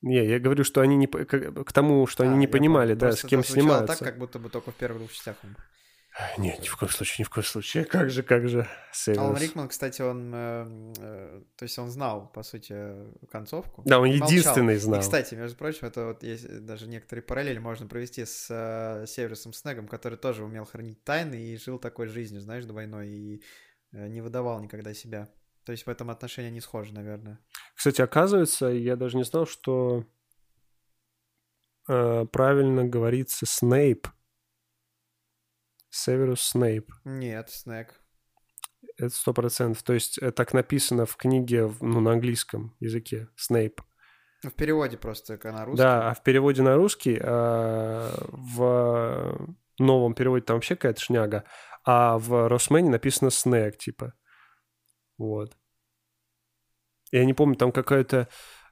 [SPEAKER 1] Не, я говорю, что они не по- к к тому, что
[SPEAKER 2] А,
[SPEAKER 1] они не
[SPEAKER 2] я понял.
[SPEAKER 1] понимали, да, с
[SPEAKER 2] Просто
[SPEAKER 1] кем
[SPEAKER 2] это звучало
[SPEAKER 1] снимаются.
[SPEAKER 2] так, как будто бы только в первых двух частях он был.
[SPEAKER 1] Нет, ни в коем случае, ни в коем случае. Как же, как же.
[SPEAKER 2] Алан
[SPEAKER 1] Северус.
[SPEAKER 2] Рикман, кстати, он, э, э, то есть он знал, по сути, э, концовку.
[SPEAKER 1] Да, он
[SPEAKER 2] и молчал.
[SPEAKER 1] единственный
[SPEAKER 2] И,
[SPEAKER 1] знал.
[SPEAKER 2] кстати, между прочим, это вот есть даже некоторые параллели можно провести с э, Северусом Снегом, который тоже умел хранить тайны и жил такой жизнью, знаешь, двойной, и э, не выдавал никогда себя. То есть в этом отношении они схожи, наверное.
[SPEAKER 1] Кстати, оказывается, я даже не знал, что э, правильно говорится Снейп. Северус Снейп.
[SPEAKER 2] Нет, Снег.
[SPEAKER 1] Это сто процентов. То есть э, так написано в книге в- ну, на английском языке Снейп.
[SPEAKER 2] Ну, В переводе просто как на русский.
[SPEAKER 1] Да, а в переводе на русский э, в новом переводе там вообще какая-то шняга, а в Росмене написано Снейк, типа. Вот. Я не помню, там какая-то...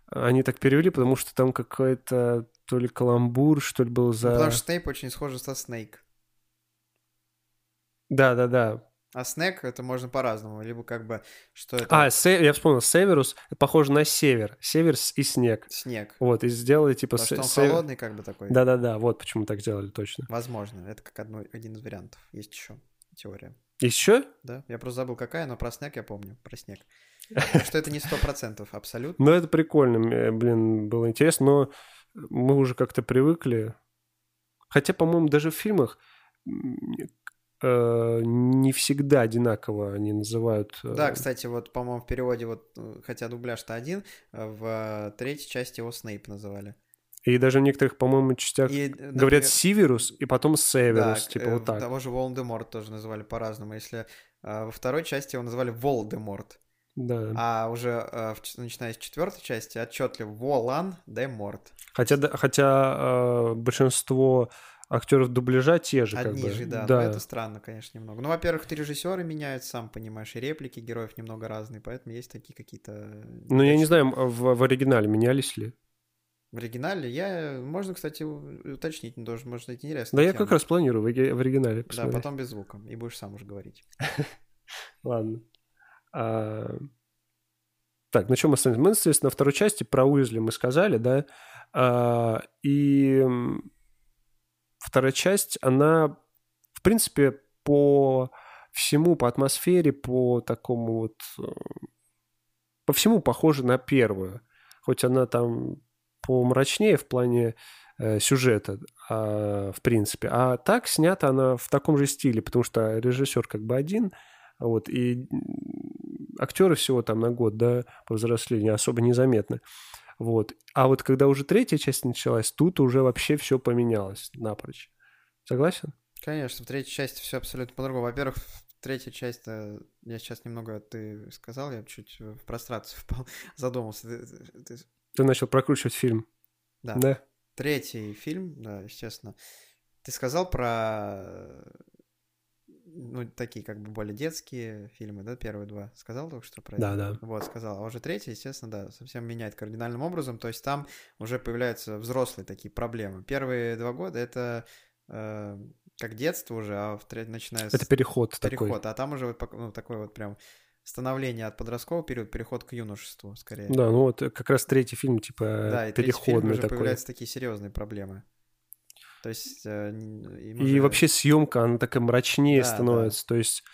[SPEAKER 1] Они так перевели, потому что там какой-то то ли каламбур, что ли, был
[SPEAKER 2] Ну,
[SPEAKER 1] за...
[SPEAKER 2] Потому что Снейп очень схоже со Снейк.
[SPEAKER 1] Да-да-да.
[SPEAKER 2] А Снег это можно по-разному. Либо как бы, что это
[SPEAKER 1] А, се- я вспомнил, Северус похоже на север. Север с- и снег.
[SPEAKER 2] снег.
[SPEAKER 1] Вот, и сделали типа...
[SPEAKER 2] Потому
[SPEAKER 1] се-
[SPEAKER 2] что он
[SPEAKER 1] север-
[SPEAKER 2] холодный, как бы такой.
[SPEAKER 1] Да-да-да, вот почему так делали точно.
[SPEAKER 2] Возможно, это как одно, один из вариантов. Есть еще теория.
[SPEAKER 1] Еще?
[SPEAKER 2] Да? Я просто забыл, какая, но про снег я помню. Про снег. Так что это не сто процентов абсолютно.
[SPEAKER 1] Ну, это прикольно, мне, блин, было интересно, но мы уже как-то привыкли. Хотя, по-моему, даже в фильмах м, э, не всегда одинаково они называют. э,
[SPEAKER 2] Да, кстати, вот, по-моему, в переводе, вот, э, хотя дубляж-то один, э, в э, третьей части его Снейп называли.
[SPEAKER 1] И даже в некоторых, по-моему, частях
[SPEAKER 2] И, э,
[SPEAKER 1] говорят
[SPEAKER 2] например,
[SPEAKER 1] Сиверус и потом Северус,
[SPEAKER 2] да,
[SPEAKER 1] типа
[SPEAKER 2] э,
[SPEAKER 1] вот так.
[SPEAKER 2] Того же Волдеморт тоже называли по-разному. Если э, во второй части его называли Волдеморт,
[SPEAKER 1] Да.
[SPEAKER 2] а уже э, в ч- начиная с четвертой части отчетливо Волан де Морт.
[SPEAKER 1] Хотя, да- хотя э, большинство актеров дубляжа те же, как
[SPEAKER 2] Одни
[SPEAKER 1] бы.
[SPEAKER 2] же, да.
[SPEAKER 1] да.
[SPEAKER 2] Но это странно, конечно, немного. Ну, во-первых, ты режиссеры меняют, сам понимаешь, и реплики героев немного разные, поэтому есть такие какие-то...
[SPEAKER 1] Ну, я не
[SPEAKER 2] неточности.
[SPEAKER 1] знаю, в, в оригинале менялись ли.
[SPEAKER 2] В оригинале я... Можно, кстати, у- уточнить, но тоже, может, это интересно.
[SPEAKER 1] Да я как раз планирую в, оги- в оригинале
[SPEAKER 2] Да,
[SPEAKER 1] посмотреть.
[SPEAKER 2] потом без звука, и будешь сам уже говорить.
[SPEAKER 1] Ладно. А, Так, на чем мы остановились? Мы, соответственно, на второй части про Уизли мы сказали, да? А, И м, вторая часть, она, в принципе, по всему, по атмосфере, по такому вот... э, По всему похожа на первую. Хоть она там помрачнее в плане э, сюжета, а, в принципе. А так снята она в таком же стиле, потому что режиссер как бы один, вот, и м, актеры всего там на год, да, повзрослели, не- особо незаметно. Вот. А вот когда уже третья часть началась, тут уже вообще все поменялось напрочь. Согласен?
[SPEAKER 2] Конечно, в третьей части все абсолютно по-другому. Во-первых, третья часть, э, я сейчас немного, ты сказал, я чуть в прострацию впал, задумался. Ты, ты...
[SPEAKER 1] Ты начал прокручивать фильм.
[SPEAKER 2] Да.
[SPEAKER 1] Да.
[SPEAKER 2] Третий фильм, да, естественно. Ты сказал про ну, такие как бы более детские фильмы, да, первые два. Сказал только что про
[SPEAKER 1] Да,
[SPEAKER 2] это?
[SPEAKER 1] да.
[SPEAKER 2] Вот, сказал. А уже третий, естественно, да, совсем меняет кардинальным образом. То есть там уже появляются взрослые такие проблемы. Первые два года — это э, как детство уже, а в треть начинается
[SPEAKER 1] Это переход такой.
[SPEAKER 2] переход. А там уже вот пок- ну, такое вот прям становление от подросткового периода, переход к юношеству, скорее.
[SPEAKER 1] Да, ну вот как раз третий фильм, типа,
[SPEAKER 2] Да, и третий фильм
[SPEAKER 1] переходный
[SPEAKER 2] уже
[SPEAKER 1] такой.
[SPEAKER 2] появляются такие серьезные проблемы. То есть... э, н- им
[SPEAKER 1] И
[SPEAKER 2] уже-
[SPEAKER 1] вообще съемка, она такая мрачнее
[SPEAKER 2] Да, да.
[SPEAKER 1] становится. То есть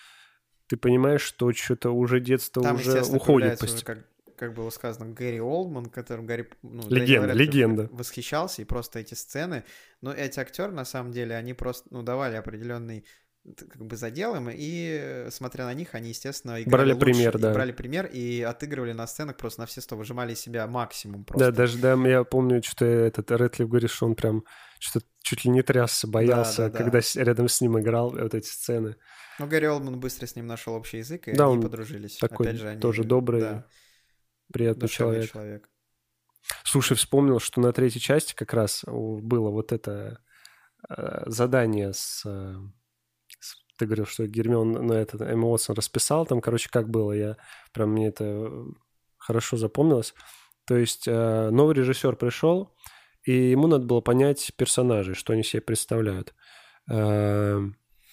[SPEAKER 1] ты понимаешь, что что-то уже детство
[SPEAKER 2] Там,
[SPEAKER 1] уже
[SPEAKER 2] естественно,
[SPEAKER 1] уходит
[SPEAKER 2] появляется уже,
[SPEAKER 1] постепенно.
[SPEAKER 2] как, как было сказано, Гэри Олман, которым Гарри... ну, Гарри
[SPEAKER 1] Легенда,
[SPEAKER 2] Гарри
[SPEAKER 1] легенда.
[SPEAKER 2] Восхищался, и просто эти сцены... Но эти актеры, на самом деле, они просто, ну, давали определенный т- как бы задел им, и, э, смотря на них, они, естественно, играли
[SPEAKER 1] Брали
[SPEAKER 2] лучше,
[SPEAKER 1] пример,
[SPEAKER 2] и
[SPEAKER 1] да.
[SPEAKER 2] брали пример, и отыгрывали на сценах просто на все сто, выжимали из себя максимум просто.
[SPEAKER 1] Да, даже, да, я помню, что этот Рэдклифф говорит, что он прям что-то чуть ли не трясся, боялся,
[SPEAKER 2] Да, да, да.
[SPEAKER 1] когда с- рядом с ним играл вот эти сцены.
[SPEAKER 2] Но Гэри Олман быстро с ним нашел общий язык, и
[SPEAKER 1] Да,
[SPEAKER 2] они
[SPEAKER 1] он
[SPEAKER 2] подружились.
[SPEAKER 1] такой
[SPEAKER 2] Опять же, они...
[SPEAKER 1] тоже добрый,
[SPEAKER 2] да,
[SPEAKER 1] Приятный
[SPEAKER 2] душевный
[SPEAKER 1] человек.
[SPEAKER 2] человек.
[SPEAKER 1] Слушай, вспомнил, что на третьей части как раз о, было вот это э, задание с... э, с- Ты говорил, что Гермион на этот Эмма Уотсон расписал. Там, короче, как было. Я прям мне это э, хорошо запомнилось. То есть э, новый режиссер пришел, и ему надо было понять персонажей, что они себе представляют. Э,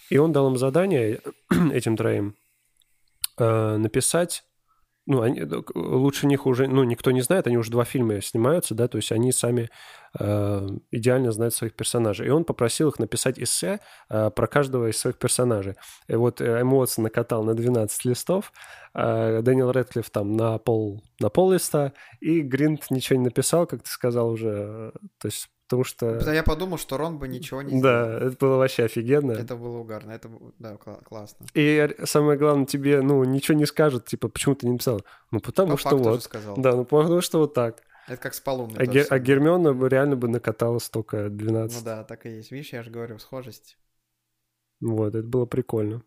[SPEAKER 1] И он дал им задание, этим троим, э, написать ну, они, э, к- лучше них уже, ну, никто не знает, они уже два фильма снимаются, да, то есть они сами э, идеально знают своих персонажей. И он попросил их написать эссе э, про каждого из своих персонажей. И вот э, Эмма Уотсон накатал на 12 листов, э, Дэниел Рэдклифф там на пол, на пол листа, и Гринт ничего не написал, как ты сказал уже, э, то есть потому что...
[SPEAKER 2] Я подумал, что Рон бы ничего не
[SPEAKER 1] Да, это было вообще офигенно.
[SPEAKER 2] Это было угарно, это, бу- да, кла- классно.
[SPEAKER 1] И самое главное, тебе, ну, ничего не скажут, типа, почему ты не написал? Ну, потому
[SPEAKER 2] По
[SPEAKER 1] что
[SPEAKER 2] факту
[SPEAKER 1] вот.
[SPEAKER 2] А же сказал.
[SPEAKER 1] Да, ну потому что вот так.
[SPEAKER 2] Это как с полумной.
[SPEAKER 1] А,
[SPEAKER 2] то
[SPEAKER 1] Гер-
[SPEAKER 2] же
[SPEAKER 1] а
[SPEAKER 2] самое.
[SPEAKER 1] Гермиона бы реально бы накатала столько
[SPEAKER 2] Ну
[SPEAKER 1] 12.
[SPEAKER 2] да, так и есть. Видишь, я же говорю, схожесть.
[SPEAKER 1] Вот, это было прикольно.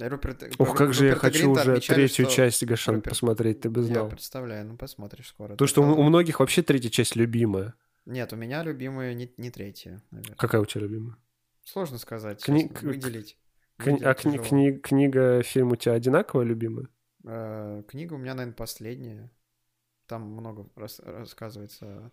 [SPEAKER 2] Э, Руперт-
[SPEAKER 1] Ох, как же я
[SPEAKER 2] Руперта
[SPEAKER 1] хочу
[SPEAKER 2] Гринта
[SPEAKER 1] уже
[SPEAKER 2] отмечали,
[SPEAKER 1] третью
[SPEAKER 2] что-
[SPEAKER 1] часть Гашан
[SPEAKER 2] Руперт-
[SPEAKER 1] посмотреть, ты бы
[SPEAKER 2] Я
[SPEAKER 1] знал.
[SPEAKER 2] представляю, ну посмотришь скоро.
[SPEAKER 1] То,
[SPEAKER 2] Ты
[SPEAKER 1] что у,
[SPEAKER 2] правда.
[SPEAKER 1] у многих вообще третья часть любимая.
[SPEAKER 2] Нет, у меня любимая не, не третья, наверное.
[SPEAKER 1] Какая у тебя любимая?
[SPEAKER 2] Сложно сказать,
[SPEAKER 1] Кни-
[SPEAKER 2] честно,
[SPEAKER 1] к-
[SPEAKER 2] выделить.
[SPEAKER 1] Кни-
[SPEAKER 2] Выделить
[SPEAKER 1] а кни-
[SPEAKER 2] тяжело.
[SPEAKER 1] кни- книга, фильм у тебя одинаковая любимая?
[SPEAKER 2] Э, Книга у меня, наверное, последняя. Там много рас- рассказывается.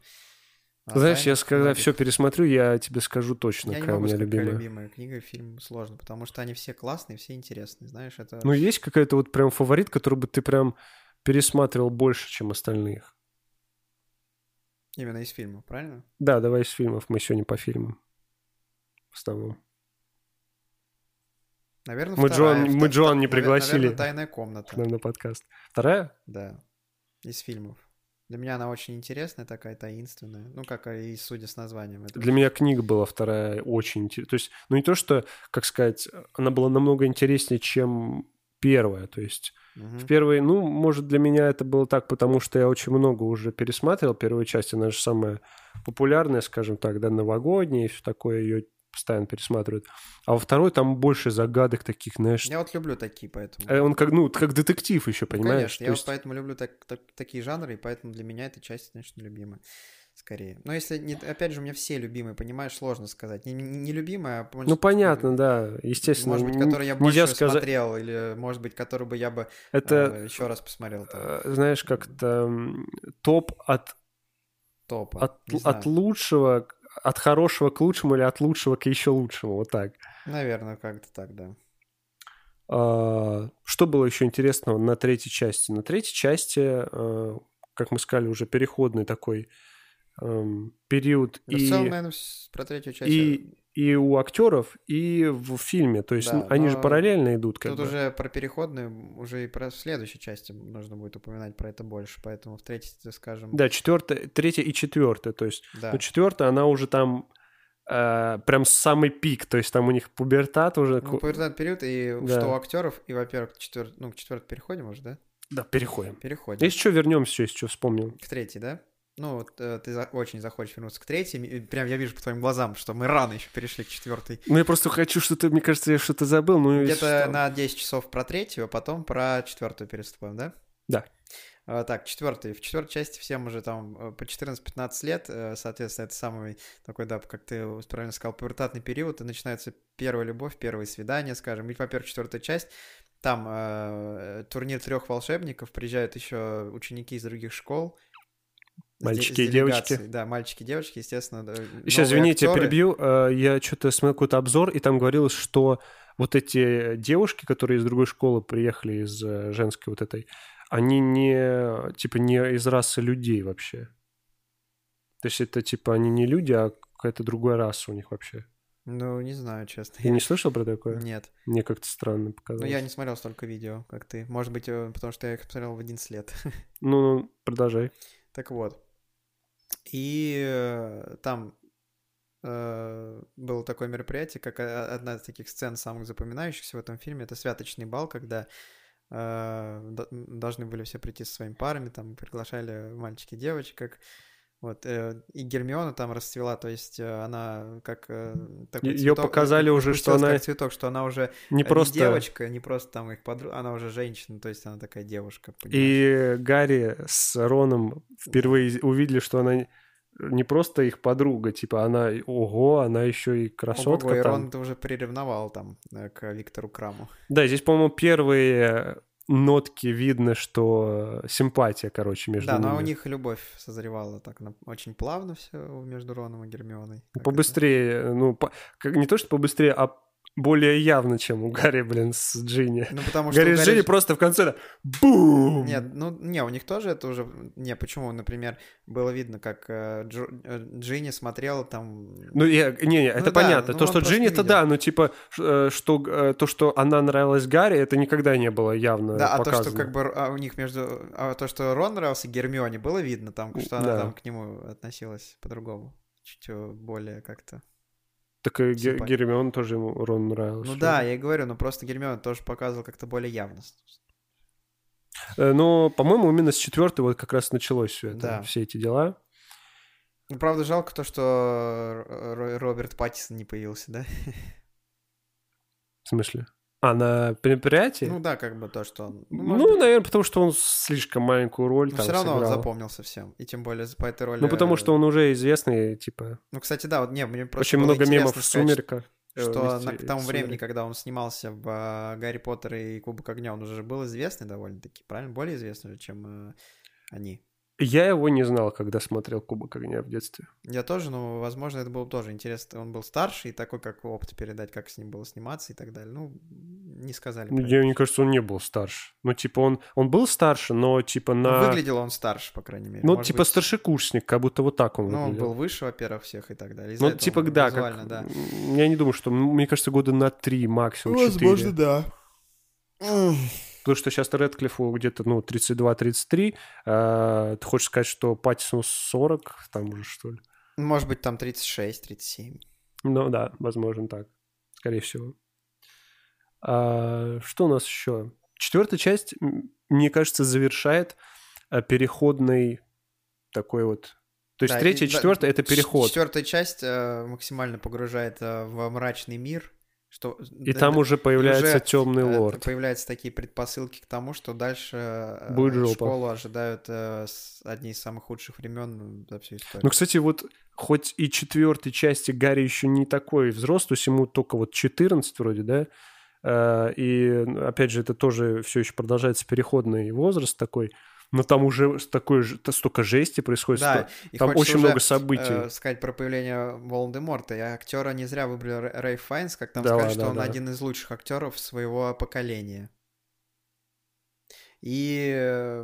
[SPEAKER 2] о
[SPEAKER 1] Знаешь,
[SPEAKER 2] тайнах
[SPEAKER 1] я когда
[SPEAKER 2] многих.
[SPEAKER 1] все пересмотрю, я тебе скажу точно,
[SPEAKER 2] А, Я не
[SPEAKER 1] какая у
[SPEAKER 2] могу
[SPEAKER 1] меня
[SPEAKER 2] сказать, какая
[SPEAKER 1] любимая.
[SPEAKER 2] любимая книга, фильм сложно, потому что они все классные, все интересные, знаешь, это...
[SPEAKER 1] Ну, есть какая-то вот прям фаворит, который бы ты прям пересматривал больше, чем остальных?
[SPEAKER 2] Именно из фильма, правильно?
[SPEAKER 1] Да, давай из фильмов, мы сегодня по фильмам. В основном.
[SPEAKER 2] Наверное,
[SPEAKER 1] Мы
[SPEAKER 2] вторая,
[SPEAKER 1] Джоан-
[SPEAKER 2] вта-
[SPEAKER 1] мы
[SPEAKER 2] та-
[SPEAKER 1] Джоан не
[SPEAKER 2] навер-
[SPEAKER 1] пригласили.
[SPEAKER 2] наверное, тайная комната.
[SPEAKER 1] к нам на подкаст. Вторая?
[SPEAKER 2] Да. Из фильмов. Для меня она очень интересная, такая таинственная. Ну, как и судя с названием. Это...
[SPEAKER 1] Для меня книга была вторая очень интересная. То есть, ну не то, что, как сказать, она была намного интереснее, чем первая. То есть
[SPEAKER 2] Мгм.
[SPEAKER 1] в первой, ну, может, для меня это было так, потому что я очень много уже пересматривал первую часть. Она же самая популярная, скажем так, да, новогодняя и все такое. Ее постоянно пересматривают. А во второй там больше загадок таких, знаешь...
[SPEAKER 2] Я вот люблю такие, поэтому.
[SPEAKER 1] э, Он как, ну, как детектив еще,
[SPEAKER 2] Ну,
[SPEAKER 1] понимаешь?
[SPEAKER 2] Конечно,
[SPEAKER 1] То
[SPEAKER 2] я вот
[SPEAKER 1] есть-
[SPEAKER 2] поэтому люблю так- так- такие жанры, и поэтому для меня эта часть, конечно, любимая. Скорее. Но если, не... опять же, у меня все любимые, понимаешь, сложно сказать. Не, не- не любимая, а... может,
[SPEAKER 1] Ну, понятно, да, естественно.
[SPEAKER 2] Может быть,
[SPEAKER 1] н-
[SPEAKER 2] который я
[SPEAKER 1] нельзя
[SPEAKER 2] больше
[SPEAKER 1] сказать-
[SPEAKER 2] смотрел, или, может быть, который бы я бы
[SPEAKER 1] Это
[SPEAKER 2] еще раз посмотрел. там,
[SPEAKER 1] э, знаешь, как-то м, топ от,
[SPEAKER 2] Топа.
[SPEAKER 1] от,
[SPEAKER 2] Не знаю.
[SPEAKER 1] от лучшего, к- от хорошего к лучшему или от лучшего к еще лучшему, вот так.
[SPEAKER 2] Наверное, как-то так, да.
[SPEAKER 1] А, Что было еще интересного на третьей части? На третьей части, э, как мы сказали, уже переходный такой эм, период
[SPEAKER 2] Да
[SPEAKER 1] и,
[SPEAKER 2] В целом, наверное, с- про третью часть. я-
[SPEAKER 1] и, и у актеров, и в фильме. То есть
[SPEAKER 2] Да,
[SPEAKER 1] ну, они же
[SPEAKER 2] но
[SPEAKER 1] параллельно идут. Как
[SPEAKER 2] Тут
[SPEAKER 1] бы.
[SPEAKER 2] уже про переходную, уже и про следующей части нужно будет упоминать про это больше, поэтому в третьей, скажем,
[SPEAKER 1] Да, четвертая, третья и четвертая. То есть
[SPEAKER 2] да.
[SPEAKER 1] Ну, четвертая, она уже там э, прям самый пик, то есть там у них пубертат уже.
[SPEAKER 2] Ну,
[SPEAKER 1] ку-
[SPEAKER 2] пубертатный период, и
[SPEAKER 1] Да.
[SPEAKER 2] что у актеров, и, во-первых, к четвер... ну, к четвертой переходим уже, да?
[SPEAKER 1] Да, переходим.
[SPEAKER 2] Переходим.
[SPEAKER 1] Если что, вернемся, если что, вспомним.
[SPEAKER 2] К третьей, да? Ну, вот, э, ты за- очень захочешь вернуться к третьей. и Прям я вижу по твоим глазам, что мы рано еще перешли к четвертой.
[SPEAKER 1] Ну, я просто хочу, что ты, мне кажется, я что-то забыл. Ну, и
[SPEAKER 2] Где-то
[SPEAKER 1] что?
[SPEAKER 2] на 10 часов про третью, а потом про четвертую переступаем, да?
[SPEAKER 1] Да.
[SPEAKER 2] А, Так, четвертый. В четвертой части всем уже там э, по 14-15 лет, э, соответственно, это самый такой, да, как ты правильно сказал, пубертатный период, и начинается первая любовь, первое свидание, скажем. Ведь, во-первых, четвертая часть, там э, турнир трех волшебников, приезжают еще ученики из других школ. С де-
[SPEAKER 1] Мальчики
[SPEAKER 2] с
[SPEAKER 1] и девочки.
[SPEAKER 2] делегацией. Да, мальчики и девочки, естественно. да,
[SPEAKER 1] Сейчас,
[SPEAKER 2] новые
[SPEAKER 1] извини, я тебя
[SPEAKER 2] актеры.
[SPEAKER 1] перебью. Э, Я что-то смотрел какой-то обзор, и там говорилось, что вот эти девушки, которые из другой школы приехали, из э, женской вот этой, они не, типа, не из расы людей вообще. То есть это, типа, они не люди, а какая-то другая раса у них вообще.
[SPEAKER 2] Ну, не знаю, честно.
[SPEAKER 1] Я не слышал про такое?
[SPEAKER 2] Нет.
[SPEAKER 1] Мне как-то странно
[SPEAKER 2] Ну,
[SPEAKER 1] показалось.
[SPEAKER 2] я не смотрел столько видео, как ты. Может быть, э, потому что я их смотрел в 11 лет.
[SPEAKER 1] Ну, ну, продолжай.
[SPEAKER 2] Так вот. И э, там э, было такое мероприятие, как о- одна из таких сцен самых запоминающихся в этом фильме, это святочный бал, когда э, до- должны были все прийти со своими парами, там приглашали мальчики и девочек, как вот, э, и Гермиона там расцвела, то есть э, она как э, такой
[SPEAKER 1] Е- её
[SPEAKER 2] цветок-
[SPEAKER 1] показали уже, что
[SPEAKER 2] распустилась как
[SPEAKER 1] она
[SPEAKER 2] цветок, что она уже
[SPEAKER 1] Не просто...
[SPEAKER 2] девочка, не просто там их подруга, она уже женщина, то есть она такая девушка. понимаешь?
[SPEAKER 1] И Гарри с Роном впервые из- увидели, что она не просто их подруга, типа она, ого, она еще и красотка.
[SPEAKER 2] Ого, и
[SPEAKER 1] там.
[SPEAKER 2] Рон это уже приревновал там э, к Виктору Краму.
[SPEAKER 1] Да, здесь, по-моему, первые нотки видно, что симпатия, короче, между
[SPEAKER 2] да,
[SPEAKER 1] ними.
[SPEAKER 2] но у них любовь созревала так на- очень плавно все между Роном и Гермионой. Как это?
[SPEAKER 1] Побыстрее, ну, по- как- не то, что побыстрее, а более явно, чем у Гарри, блин, с Джинни.
[SPEAKER 2] Ну, потому что... у
[SPEAKER 1] Гарри с Джинни
[SPEAKER 2] Гарри-
[SPEAKER 1] просто в конце да, бум!
[SPEAKER 2] Нет, ну, не, у них тоже это уже... Не, почему, например, было видно, как э, Джо- э, Джинни смотрела там...
[SPEAKER 1] Ну, я, не, не, это
[SPEAKER 2] да,
[SPEAKER 1] понятно.
[SPEAKER 2] ну,
[SPEAKER 1] то,
[SPEAKER 2] он
[SPEAKER 1] что
[SPEAKER 2] просто
[SPEAKER 1] Джинни, это
[SPEAKER 2] видел.
[SPEAKER 1] да, но типа, ш- э, что, э, то, что она нравилась Гарри, это никогда не было явно
[SPEAKER 2] да, а
[SPEAKER 1] показано.
[SPEAKER 2] то, что как бы Р- а у них между... А то, что Рон нравился Гермионе, было видно там, что она
[SPEAKER 1] Да.
[SPEAKER 2] там к нему относилась по-другому. Чуть э, более как-то...
[SPEAKER 1] Так и Ге-
[SPEAKER 2] Симпатия.
[SPEAKER 1] Гермион тоже ему Рон нравился.
[SPEAKER 2] типа Ну да, я и говорю, но просто Гермиона тоже показывала как-то более явно.
[SPEAKER 1] Э, Но, по-моему, именно с четвертой вот как раз началось все это,
[SPEAKER 2] Да.
[SPEAKER 1] все эти дела.
[SPEAKER 2] Ну, правда, жалко то, что Р- Р- Роберт Паттисон не появился, да?
[SPEAKER 1] В смысле? А на мероприятии?
[SPEAKER 2] Ну
[SPEAKER 1] Ну,
[SPEAKER 2] да, как бы то, что он... Ну, может быть,
[SPEAKER 1] наверное, потому что он слишком маленькую роль
[SPEAKER 2] но
[SPEAKER 1] там
[SPEAKER 2] все равно он
[SPEAKER 1] сыграл.
[SPEAKER 2] запомнился всем. И тем более за- по этой роли... э,
[SPEAKER 1] ну, потому что он уже известный, типа,
[SPEAKER 2] Ну, кстати, да, вот не, мне просто
[SPEAKER 1] очень
[SPEAKER 2] было
[SPEAKER 1] много
[SPEAKER 2] интересно
[SPEAKER 1] мемов в
[SPEAKER 2] сказать,
[SPEAKER 1] «Сумерках». э,
[SPEAKER 2] Что
[SPEAKER 1] вместе
[SPEAKER 2] на- к тому
[SPEAKER 1] с
[SPEAKER 2] времени,
[SPEAKER 1] «Сумерек».
[SPEAKER 2] когда он снимался в э, «Гарри Поттер» и «Кубок огня», он уже был известный довольно-таки, правильно? Более известный же, чем э, они.
[SPEAKER 1] Я его не знал, когда смотрел «Кубок огня» в детстве.
[SPEAKER 2] Я тоже, но, возможно, это было тоже интересно. Он был старше и такой, как опыт передать, как с ним было сниматься и так далее. Ну, не сказали. про это.
[SPEAKER 1] Я, мне кажется, он не был старше. Ну, типа, он, он был старше, но, типа,
[SPEAKER 2] Ну,
[SPEAKER 1] на...
[SPEAKER 2] Выглядел он старше, по крайней мере.
[SPEAKER 1] Ну,
[SPEAKER 2] Может
[SPEAKER 1] типа,
[SPEAKER 2] быть,
[SPEAKER 1] старшекурсник, как будто вот так он
[SPEAKER 2] Ну, он
[SPEAKER 1] выглядел.
[SPEAKER 2] был выше, во-первых, всех и так далее. Из-за
[SPEAKER 1] Ну,
[SPEAKER 2] этого
[SPEAKER 1] типа,
[SPEAKER 2] он
[SPEAKER 1] да,
[SPEAKER 2] визуально,
[SPEAKER 1] как...
[SPEAKER 2] да.
[SPEAKER 1] м, Я не думаю, что... м, Мне кажется, года на три, максимум четыре.
[SPEAKER 2] да.
[SPEAKER 1] Потому что сейчас Редклиффу где-то, ну, 32-33. А, ты хочешь сказать, что Паттисону 40, там уже, что ли?
[SPEAKER 2] Может быть, там 36, 37.
[SPEAKER 1] Ну, да, возможно, так. Скорее всего. А, что у нас еще? Четвертая часть, м, мне кажется, завершает а, переходный такой вот... То есть
[SPEAKER 2] Да,
[SPEAKER 1] третья
[SPEAKER 2] и-
[SPEAKER 1] и
[SPEAKER 2] да,
[SPEAKER 1] четвертая — это переход.
[SPEAKER 2] Четвертая часть э, максимально погружает э, в мрачный мир. Что, э,
[SPEAKER 1] И там уже появляется
[SPEAKER 2] уже,
[SPEAKER 1] темный лорд.
[SPEAKER 2] Появляются такие предпосылки к тому, что дальше э,
[SPEAKER 1] Будет жопа.
[SPEAKER 2] школу ожидают э, с- одни из самых худших времен за всю историю.
[SPEAKER 1] Ну, кстати, вот хоть и четвертой части Гарри еще не такой взрослый, то есть ему только вот 14 вроде, да? Э, И, ну, опять же, это тоже все еще продолжается переходный возраст такой, но там уже с такой, ж- та- столько жести происходит.
[SPEAKER 2] да,
[SPEAKER 1] столько-
[SPEAKER 2] и
[SPEAKER 1] там
[SPEAKER 2] хочется
[SPEAKER 1] очень
[SPEAKER 2] уже,
[SPEAKER 1] много событий.
[SPEAKER 2] э, сказать про появление Волан-де-Морта. Я актера не зря выбрал Рэ- Рэй Файнс, как там
[SPEAKER 1] Да
[SPEAKER 2] сказать,
[SPEAKER 1] ладно,
[SPEAKER 2] что он
[SPEAKER 1] да.
[SPEAKER 2] один из лучших актеров своего поколения. И э,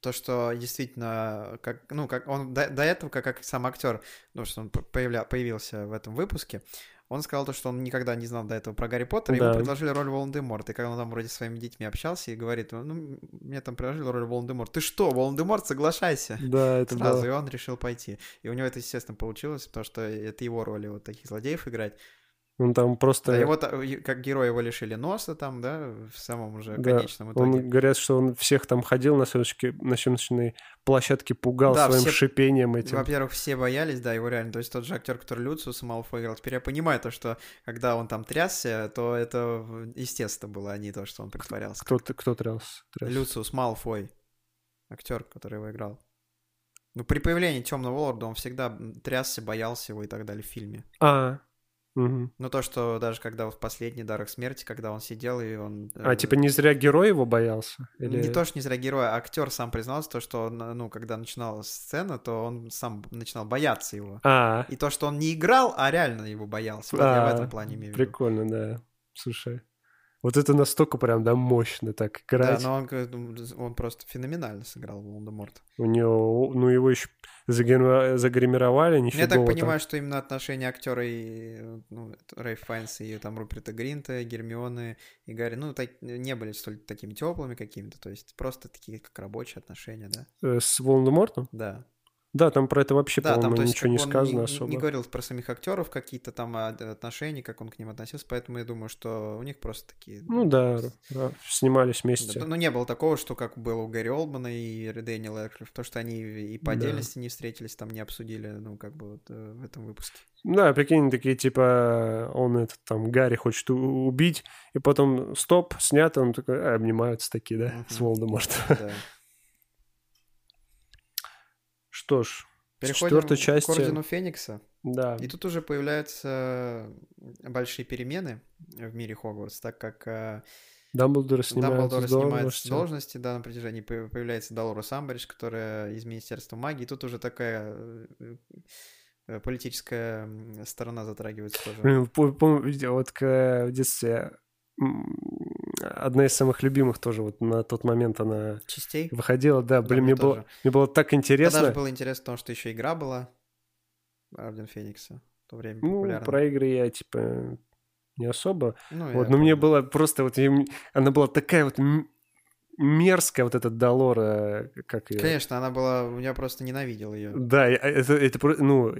[SPEAKER 2] то, что действительно, как, ну, как он до, до этого, как, как сам актер, потому что он п- появля- появился в этом выпуске, он сказал то, что он никогда не знал до этого про Гарри Поттера,
[SPEAKER 1] Да.
[SPEAKER 2] ему предложили роль Волан-де-Морта, и когда он там вроде с своими детьми общался и говорит, ну, мне там предложили роль Волан-де-Морта, ты что, Волан-де-Морт, соглашайся!
[SPEAKER 1] Да, это
[SPEAKER 2] сразу,
[SPEAKER 1] было.
[SPEAKER 2] и он решил пойти. И у него это, естественно, получилось, потому что это его роли вот таких злодеев играть.
[SPEAKER 1] Он там просто...
[SPEAKER 2] Да, его, та- как героя его лишили носа там, да, в самом уже
[SPEAKER 1] Да,
[SPEAKER 2] конечном итоге.
[SPEAKER 1] Он, говорят, что он всех там ходил на съемочке, на съемочной площадке, пугал
[SPEAKER 2] Да,
[SPEAKER 1] своим
[SPEAKER 2] все-
[SPEAKER 1] шипением этим.
[SPEAKER 2] Во-первых, все боялись, да, его реально. То есть тот же актер, который Люциус Малфой играл. Теперь я понимаю то, что когда он там трясся, то это в- естественно было, а не то, что он притворялся.
[SPEAKER 1] Кто, т- кто тряс? тряс?
[SPEAKER 2] Люциус Малфой, актер, который его играл. Ну, при появлении Темного Лорда он всегда м, трясся, боялся его и так далее в фильме.
[SPEAKER 1] А, мгм.
[SPEAKER 2] Ну, то, что даже когда в последний «Дарах смерти», когда он сидел и он... э,
[SPEAKER 1] а типа не зря герой его боялся? Или...
[SPEAKER 2] Не то, что не зря героя, а актер сам признался, то, что, он, ну, когда начиналась сцена, то он сам начинал бояться его.
[SPEAKER 1] А,
[SPEAKER 2] И то, что он не играл, а реально его боялся. Вот я в
[SPEAKER 1] А,
[SPEAKER 2] этом плане имею в виду.
[SPEAKER 1] прикольно, да. Слушай, вот это настолько прям, да, мощно так
[SPEAKER 2] Да,
[SPEAKER 1] играть.
[SPEAKER 2] но он, как- он просто феноменально сыграл Волдеморта.
[SPEAKER 1] У него, ну его еще загримировали, загримировали
[SPEAKER 2] Ну,
[SPEAKER 1] нифига.
[SPEAKER 2] Я так понимаю, что именно отношения актера и э, ну, это Рэй Файнс и там Руперта Гринта, Гермионы и Гарри, ну, так- не были столь такими теплыми какими-то, то есть просто такие как рабочие отношения, да.
[SPEAKER 1] э, С Волдемортом?
[SPEAKER 2] Да.
[SPEAKER 1] Да, там про это вообще,
[SPEAKER 2] да,
[SPEAKER 1] по-моему,
[SPEAKER 2] там, то есть,
[SPEAKER 1] ничего не
[SPEAKER 2] как бы он
[SPEAKER 1] сказано
[SPEAKER 2] не,
[SPEAKER 1] особо.
[SPEAKER 2] не говорил про самих актеров какие-то там а, д- отношения, как он к ним относился, поэтому я думаю, что у них просто такие...
[SPEAKER 1] Ну да, да, снимались вместе.
[SPEAKER 2] Да, ну, не было такого, что как было у Гарри Олдмана и Дэниела Эклифа, то, что они и
[SPEAKER 1] Да.
[SPEAKER 2] по отдельности не встретились, там не обсудили, ну, как бы вот, э, в этом выпуске.
[SPEAKER 1] Да, прикинь, такие типа, он этот там Гарри хочет у- убить, и потом стоп, снято, он такой, а, обнимаются такие, да,
[SPEAKER 2] Мгм.
[SPEAKER 1] с Волдемортом.
[SPEAKER 2] Да.
[SPEAKER 1] Что ж,
[SPEAKER 2] Переходим
[SPEAKER 1] четвертой части-
[SPEAKER 2] к Ордену Феникса.
[SPEAKER 1] да.
[SPEAKER 2] И тут уже появляются большие перемены в мире Хогвартс, так как э,
[SPEAKER 1] Дамблдор снимается
[SPEAKER 2] Дамблдор
[SPEAKER 1] с
[SPEAKER 2] снимается с
[SPEAKER 1] должности.
[SPEAKER 2] должности, да, на протяжении по- появляется Долорес Амбридж, которая из Министерства магии. Тут уже такая э, э, политическая м, сторона затрагивается тоже.
[SPEAKER 1] Блин, пом- помню, видео, вот к- в детстве м, одна из самых любимых тоже вот на тот момент она
[SPEAKER 2] Частей.
[SPEAKER 1] выходила, да,
[SPEAKER 2] Да,
[SPEAKER 1] блин,
[SPEAKER 2] мне
[SPEAKER 1] мне, было,
[SPEAKER 2] тоже.
[SPEAKER 1] мне было так
[SPEAKER 2] Тогда
[SPEAKER 1] интересно.
[SPEAKER 2] даже было интересно, потому что еще игра была Орден Феникса. В то время
[SPEAKER 1] Ну,
[SPEAKER 2] популярна.
[SPEAKER 1] про игры я типа не особо,
[SPEAKER 2] Ну,
[SPEAKER 1] Вот,
[SPEAKER 2] я
[SPEAKER 1] но мне
[SPEAKER 2] помню.
[SPEAKER 1] было просто вот... я м- Она была такая вот м- мерзкая, вот эта Долора, как ее...
[SPEAKER 2] Конечно, она была... Я просто ненавидел ее.
[SPEAKER 1] Да, я- а, это, это... про- Ну,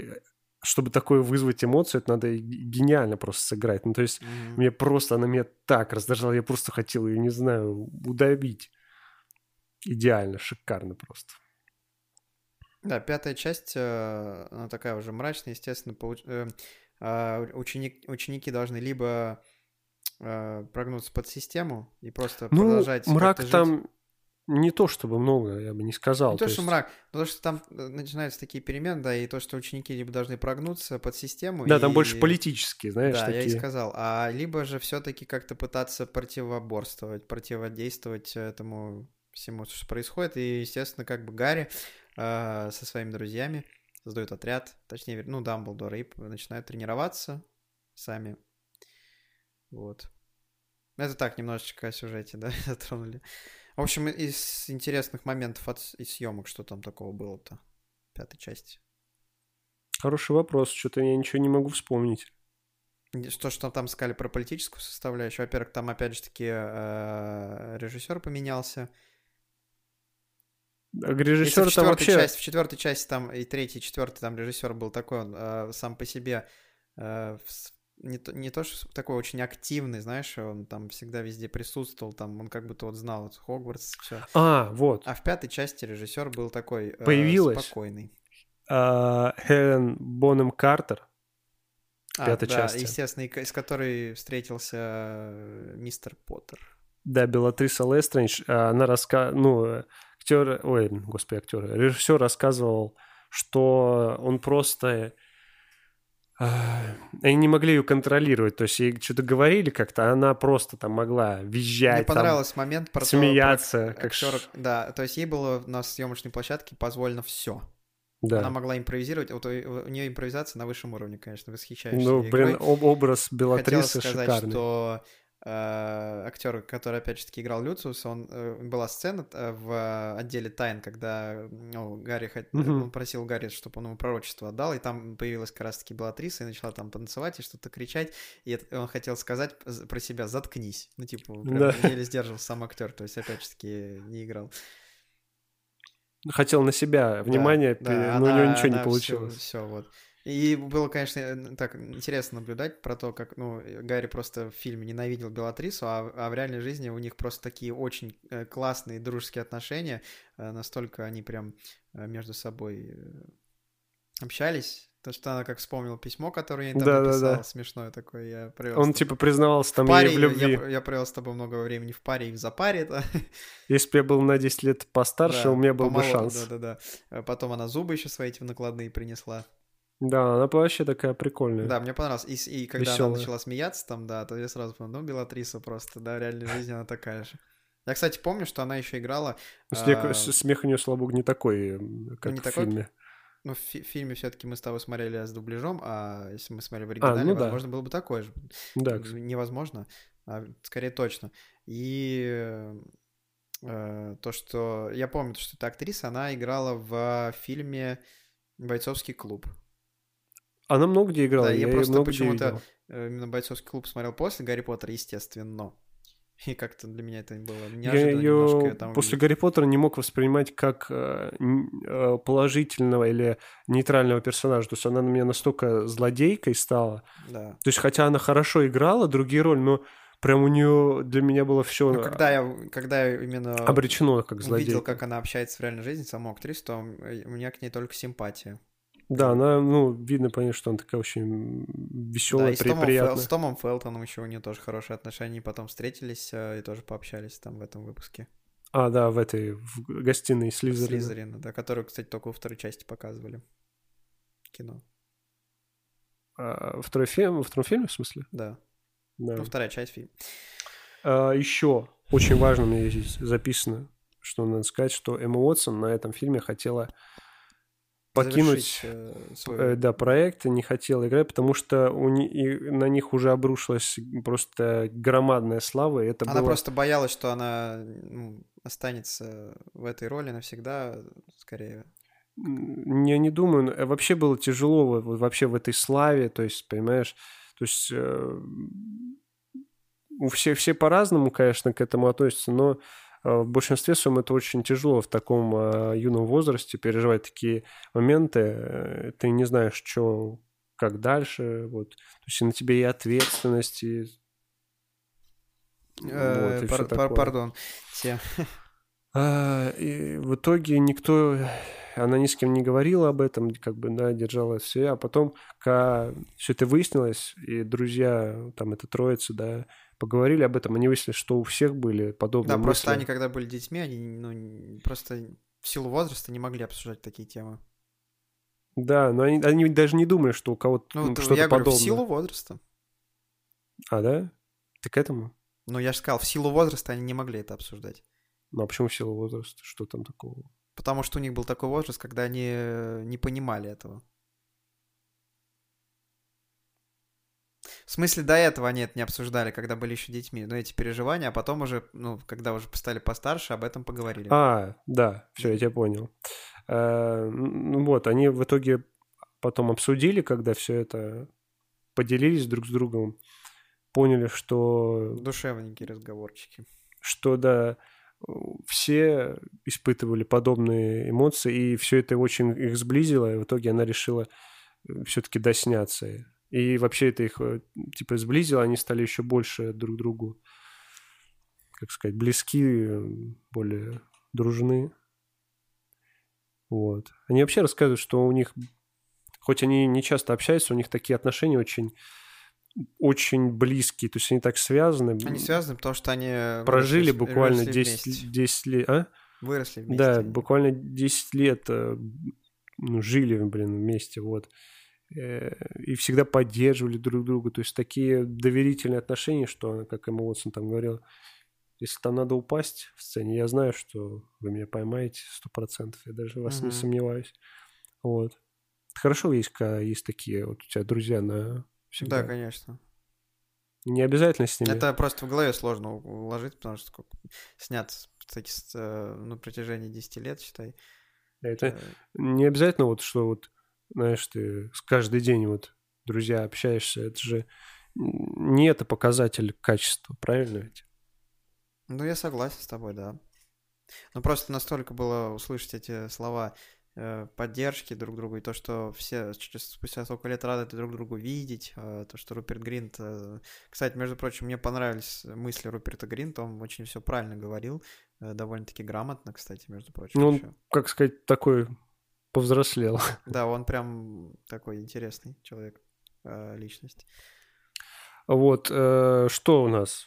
[SPEAKER 1] чтобы такое вызвать эмоцию, это надо г- гениально просто сыграть. Ну, то есть мне просто... Она меня так раздражала. Я просто хотел ее, не знаю, удавить. Идеально, шикарно просто.
[SPEAKER 2] Да, пятая часть, э, она такая уже мрачная, естественно, получ- э, а, у- ученик, ученики должны либо э, прогнуться под систему и просто
[SPEAKER 1] Ну,
[SPEAKER 2] продолжать
[SPEAKER 1] мрак
[SPEAKER 2] как-то жить.
[SPEAKER 1] там не то чтобы много, я бы не сказал.
[SPEAKER 2] Не то, что
[SPEAKER 1] есть-
[SPEAKER 2] мрак, но то, что там э, начинаются такие перемены, да, и то, что ученики либо должны прогнуться под систему.
[SPEAKER 1] Да, там
[SPEAKER 2] и-
[SPEAKER 1] больше политические, знаешь,
[SPEAKER 2] Да, я и
[SPEAKER 1] такие.
[SPEAKER 2] сказал. А либо же все-таки как-то пытаться противоборствовать, противодействовать э, этому всему, что происходит. И, естественно, как бы Гарри э, со своими друзьями создают отряд, точнее, ну, Дамблдор, и п- начинают тренироваться сами. Вот. Это так, немножечко о сюжете, да, затронули. В общем, из интересных моментов от с- из съемок, что там такого было-то? Пятой части.
[SPEAKER 1] Хороший вопрос, что-то я ничего не могу вспомнить.
[SPEAKER 2] Не- Что, что там сказали про политическую составляющую. Во-первых, там опять же таки э, режиссер поменялся.
[SPEAKER 1] А
[SPEAKER 2] Если в
[SPEAKER 1] Режиссер там
[SPEAKER 2] четвёртой
[SPEAKER 1] вообще...
[SPEAKER 2] части- в четвертой части там и третий, и четвертый там режиссер был такой, он э, сам по себе э, в с- не, то, не то, что такой очень активный, знаешь, он там всегда везде присутствовал, там он как будто вот знал вот Хогвартс, все.
[SPEAKER 1] А, вот.
[SPEAKER 2] А в пятой части режиссер был такой э,
[SPEAKER 1] Появилась.
[SPEAKER 2] спокойный.
[SPEAKER 1] А, Хелен Бонем Картер.
[SPEAKER 2] А,
[SPEAKER 1] пятой
[SPEAKER 2] да,
[SPEAKER 1] части.
[SPEAKER 2] естественно, и к- с которой встретился э, мистер Поттер.
[SPEAKER 1] Да, Белатриса Лестрендж. а, Она раска... Ну, актер... Ой, господи, актер. Режиссер рассказывал, что он просто... а, Они не могли ее контролировать. То есть ей что-то говорили как-то, а она просто там могла визжать,
[SPEAKER 2] Мне
[SPEAKER 1] там,
[SPEAKER 2] понравился момент про то,
[SPEAKER 1] смеяться.
[SPEAKER 2] про
[SPEAKER 1] как ш-
[SPEAKER 2] актера- Э, Да, то есть ей было на съемочной площадке позволено все.
[SPEAKER 1] Да.
[SPEAKER 2] Она могла импровизировать. Вот у, нее импровизация на высшем уровне, конечно, восхищаешься.
[SPEAKER 1] Ну,
[SPEAKER 2] её
[SPEAKER 1] блин,
[SPEAKER 2] игрой.
[SPEAKER 1] об- образ
[SPEAKER 2] Хотел
[SPEAKER 1] Белатрисы
[SPEAKER 2] сказать,
[SPEAKER 1] шикарный.
[SPEAKER 2] что актер, который опять же таки играл Люциус, он э, была сцена э, в отделе тайн, когда ну, Гарри хот-
[SPEAKER 1] Мгм.
[SPEAKER 2] он просил Гарри, чтобы он ему пророчество отдал, и там появилась как раз таки Белатриса и начала там танцевать и что-то кричать, и это- он хотел сказать з- про себя заткнись, ну типа прям
[SPEAKER 1] Да.
[SPEAKER 2] еле сдерживал сам актер, то есть опять же таки не играл.
[SPEAKER 1] Хотел на себя внимание,
[SPEAKER 2] Да,
[SPEAKER 1] но у него
[SPEAKER 2] она-
[SPEAKER 1] ну, ничего
[SPEAKER 2] она
[SPEAKER 1] не получилось.
[SPEAKER 2] Все, вот. И было, конечно, так интересно наблюдать про то, как, ну, Гарри просто в фильме ненавидел Белатрису, а, а в реальной жизни у них просто такие очень э, классные дружеские отношения, Э, настолько они прям э, между собой общались, то, что она как вспомнила письмо, которое я ей там
[SPEAKER 1] Да, да,
[SPEAKER 2] написала,
[SPEAKER 1] да.
[SPEAKER 2] смешное такое, я провел.
[SPEAKER 1] Он типа признавался там ей в любви.
[SPEAKER 2] Я, я провел с тобой много времени в паре и в запаре. Это,
[SPEAKER 1] Если бы я был на 10 лет постарше,
[SPEAKER 2] да,
[SPEAKER 1] у меня был бы
[SPEAKER 2] помоложе,
[SPEAKER 1] шанс. Да,
[SPEAKER 2] Да, да, да. Э, Потом она зубы еще свои эти накладные принесла.
[SPEAKER 1] она вообще такая прикольная.
[SPEAKER 2] Да, мне понравилось. И, с- и когда
[SPEAKER 1] Весёлая.
[SPEAKER 2] она начала смеяться там, да, то я сразу понял, ну, Белатриса просто, да, в реальной жизни она такая же. Я, кстати, помню, что она еще играла,
[SPEAKER 1] Слег-
[SPEAKER 2] а,
[SPEAKER 1] с- Смех у нее, слава богу, не такой, м, как
[SPEAKER 2] не
[SPEAKER 1] в
[SPEAKER 2] такой?
[SPEAKER 1] фильме.
[SPEAKER 2] ну, в фи- фильме все-таки мы с тобой смотрели с дубляжом, а если мы смотрели в оригинале,
[SPEAKER 1] ну да.
[SPEAKER 2] возможно, было бы такое же.
[SPEAKER 1] Да,
[SPEAKER 2] Н- невозможно, а скорее точно. И э, то, что я помню, что эта актриса, она играла в фильме "Бойцовский клуб".
[SPEAKER 1] она много где играла,
[SPEAKER 2] Да,
[SPEAKER 1] я,
[SPEAKER 2] я
[SPEAKER 1] её
[SPEAKER 2] просто
[SPEAKER 1] много где
[SPEAKER 2] почему-то-
[SPEAKER 1] видел.
[SPEAKER 2] Э, Именно "Бойцовский клуб" смотрел после Гарри Поттера, естественно. И как-то для меня это было
[SPEAKER 1] Я
[SPEAKER 2] неожиданно немножко.
[SPEAKER 1] ее
[SPEAKER 2] я там
[SPEAKER 1] после
[SPEAKER 2] увидел.
[SPEAKER 1] Гарри Поттера не мог воспринимать как э, н- э, положительного или нейтрального персонажа. То есть она на меня настолько злодейкой стала.
[SPEAKER 2] Да.
[SPEAKER 1] То есть хотя она хорошо играла другие роли, но прям у нее для меня было все
[SPEAKER 2] Ну, когда я, когда я именно
[SPEAKER 1] обречено как злодейка.
[SPEAKER 2] увидел, как она общается в реальной жизни, саму актрису, то э, у меня к ней только симпатия.
[SPEAKER 1] Да, она, ну, видно по ней, что она такая очень
[SPEAKER 2] Да, э,
[SPEAKER 1] веселая,
[SPEAKER 2] и с Томом, Фел-
[SPEAKER 1] приятная.
[SPEAKER 2] с Томом Фелтоном еще у нее тоже хорошие отношения, и потом встретились э, и тоже пообщались там в этом выпуске.
[SPEAKER 1] А, да, в этой в гостиной Слизерина.
[SPEAKER 2] Слизерина, да, которую, кстати, только во второй части показывали. Кино.
[SPEAKER 1] А, второй фильм, во втором фильме, в смысле?
[SPEAKER 2] Да.
[SPEAKER 1] Да.
[SPEAKER 2] Ну, вторая часть фильма.
[SPEAKER 1] еще очень важно мне здесь записано, что надо сказать, что Эмма Уотсон на этом фильме хотела покинуть
[SPEAKER 2] Завершить, э, свой-
[SPEAKER 1] э, да, проект, и не хотела играть, потому что у не- и на них уже обрушилась просто громадная слава, и это
[SPEAKER 2] Она
[SPEAKER 1] было...
[SPEAKER 2] просто боялась, что она ну, останется в этой роли навсегда, скорее.
[SPEAKER 1] М, Я не думаю, но, э, вообще было тяжело во- во- вообще в этой славе, то есть, понимаешь, то есть э, у все, все по-разному, конечно, к этому относятся, но э, в большинстве своем это очень тяжело в таком э, юном возрасте переживать такие моменты, э, ты не знаешь, что, как дальше, вот, то есть и на тебе и ответственность, и...
[SPEAKER 2] Э,
[SPEAKER 1] вот, и всё
[SPEAKER 2] пар- пар-
[SPEAKER 1] такое.
[SPEAKER 2] пардон. Все.
[SPEAKER 1] А, И в итоге никто, она ни с кем не говорила об этом, как бы, да, держала все. А потом, когда все это выяснилось, и друзья, там, это троица, да, поговорили об этом, они выяснили, что у всех были подобные
[SPEAKER 2] Да, просто
[SPEAKER 1] мысли.
[SPEAKER 2] они, когда были детьми, они ну, просто в силу возраста не могли обсуждать такие темы.
[SPEAKER 1] Да, но они, они даже не думали, что у кого-то
[SPEAKER 2] Ну,
[SPEAKER 1] м,
[SPEAKER 2] вот
[SPEAKER 1] что-то
[SPEAKER 2] я говорю,
[SPEAKER 1] подобное.
[SPEAKER 2] в силу возраста.
[SPEAKER 1] А, да? Ты к этому?
[SPEAKER 2] Ну, я же сказал, в силу возраста они не могли это обсуждать.
[SPEAKER 1] Ну, а почему в силу возраста? Что там такого?
[SPEAKER 2] Потому что у них был такой возраст, когда они э, не понимали этого. В смысле, до этого они это не обсуждали, когда были еще детьми. Но эти переживания, а потом уже, ну, когда уже стали постарше, об этом поговорили.
[SPEAKER 1] А, да, все, я тебя понял. Э, Ну вот, они в итоге потом обсудили, когда все это поделились друг с другом, поняли, что,
[SPEAKER 2] Душевненькие разговорчики.
[SPEAKER 1] что да, все испытывали подобные эмоции, и все это очень их сблизило, и в итоге она решила все-таки досняться. И вообще это их э, типа сблизило, они стали еще больше друг другу, как сказать, близки, э, более дружны. Вот. Они вообще рассказывают, что у них, хоть они не часто общаются, у них такие отношения очень, очень близкие, то есть они так связаны.
[SPEAKER 2] Они связаны, потому что они...
[SPEAKER 1] Прожили
[SPEAKER 2] выросли-
[SPEAKER 1] буквально
[SPEAKER 2] выросли
[SPEAKER 1] 10,
[SPEAKER 2] вместе.
[SPEAKER 1] 10 лет, а?
[SPEAKER 2] Выросли вместе.
[SPEAKER 1] Да,
[SPEAKER 2] они.
[SPEAKER 1] буквально 10 лет э, ну, жили, блин, вместе, вот. Э, И всегда поддерживали друг друга. То есть такие доверительные отношения, что, она, как Эмма Уотсон там говорила, если там надо упасть в сцене, я знаю, что вы меня поймаете сто процентов. Я даже в вас не
[SPEAKER 2] Мгм.
[SPEAKER 1] сомневаюсь. Вот. Это Хорошо есть, когда есть такие вот у тебя друзья на всегда.
[SPEAKER 2] Да, конечно.
[SPEAKER 1] Не обязательно с ними.
[SPEAKER 2] Это просто в голове сложно у- уложить, потому что сколько... снят кстати, с, э, на протяжении 10 лет, считай.
[SPEAKER 1] Это-
[SPEAKER 2] Э,
[SPEAKER 1] не обязательно вот, что вот, знаешь, ты с- каждый день вот друзья общаешься, это же н- не это показатель качества, правильно ведь?
[SPEAKER 2] Ну, я согласен с тобой, да. Ну, просто настолько было услышать эти слова э, поддержки друг другу, и то, что все через спустя столько лет рады друг другу видеть, э, то, что Руперт Гринт... э, Кстати, между прочим, мне понравились мысли Руперта Гринта, он очень все правильно говорил, э, довольно-таки грамотно, кстати, между прочим.
[SPEAKER 1] Ну,
[SPEAKER 2] ещё.
[SPEAKER 1] он, как сказать, такой повзрослел.
[SPEAKER 2] Да, он прям такой интересный человек, э, личность.
[SPEAKER 1] Вот, э, что у нас?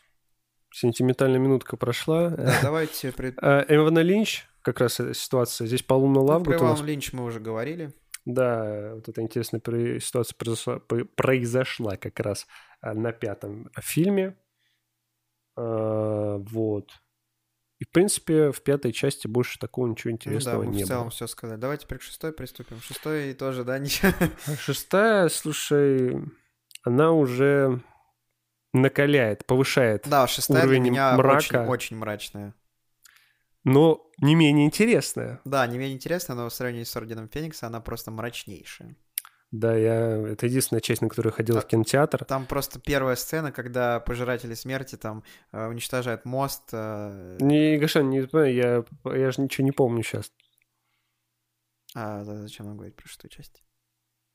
[SPEAKER 1] Сентиментальная минутка прошла.
[SPEAKER 2] Да, Давайте при...
[SPEAKER 1] Э, Эвана Линч, как раз эта ситуация. Здесь Палуна
[SPEAKER 2] Про
[SPEAKER 1] Лавгут у нас
[SPEAKER 2] Ивана Линч мы уже говорили.
[SPEAKER 1] Да, вот эта интересная пре- ситуация произошла, пы- произошла как раз а, на пятом фильме. А, Вот. И, в принципе, в пятой части больше такого ничего
[SPEAKER 2] Ну да,
[SPEAKER 1] интересного
[SPEAKER 2] мы
[SPEAKER 1] не
[SPEAKER 2] в целом
[SPEAKER 1] было.
[SPEAKER 2] все сказали. Давайте теперь к шестой приступим. Шестой тоже, да, ничего.
[SPEAKER 1] А Шестая, слушай, она уже накаляет, повышает,
[SPEAKER 2] Да, шестая для
[SPEAKER 1] Уровень
[SPEAKER 2] меня очень,
[SPEAKER 1] мрака.
[SPEAKER 2] очень мрачная.
[SPEAKER 1] но не менее интересная.
[SPEAKER 2] Да, не менее интересная, но в сравнении с Орденом Феникса она просто мрачнейшая.
[SPEAKER 1] Да, я... Это единственная часть, на которую я
[SPEAKER 2] А.
[SPEAKER 1] ходил в кинотеатр.
[SPEAKER 2] Там просто первая сцена, когда пожиратели смерти там э, уничтожают мост. э,
[SPEAKER 1] Не, Гошан, не понимаю, я, я же ничего не помню сейчас.
[SPEAKER 2] А, да, зачем нам говорить про шестую часть?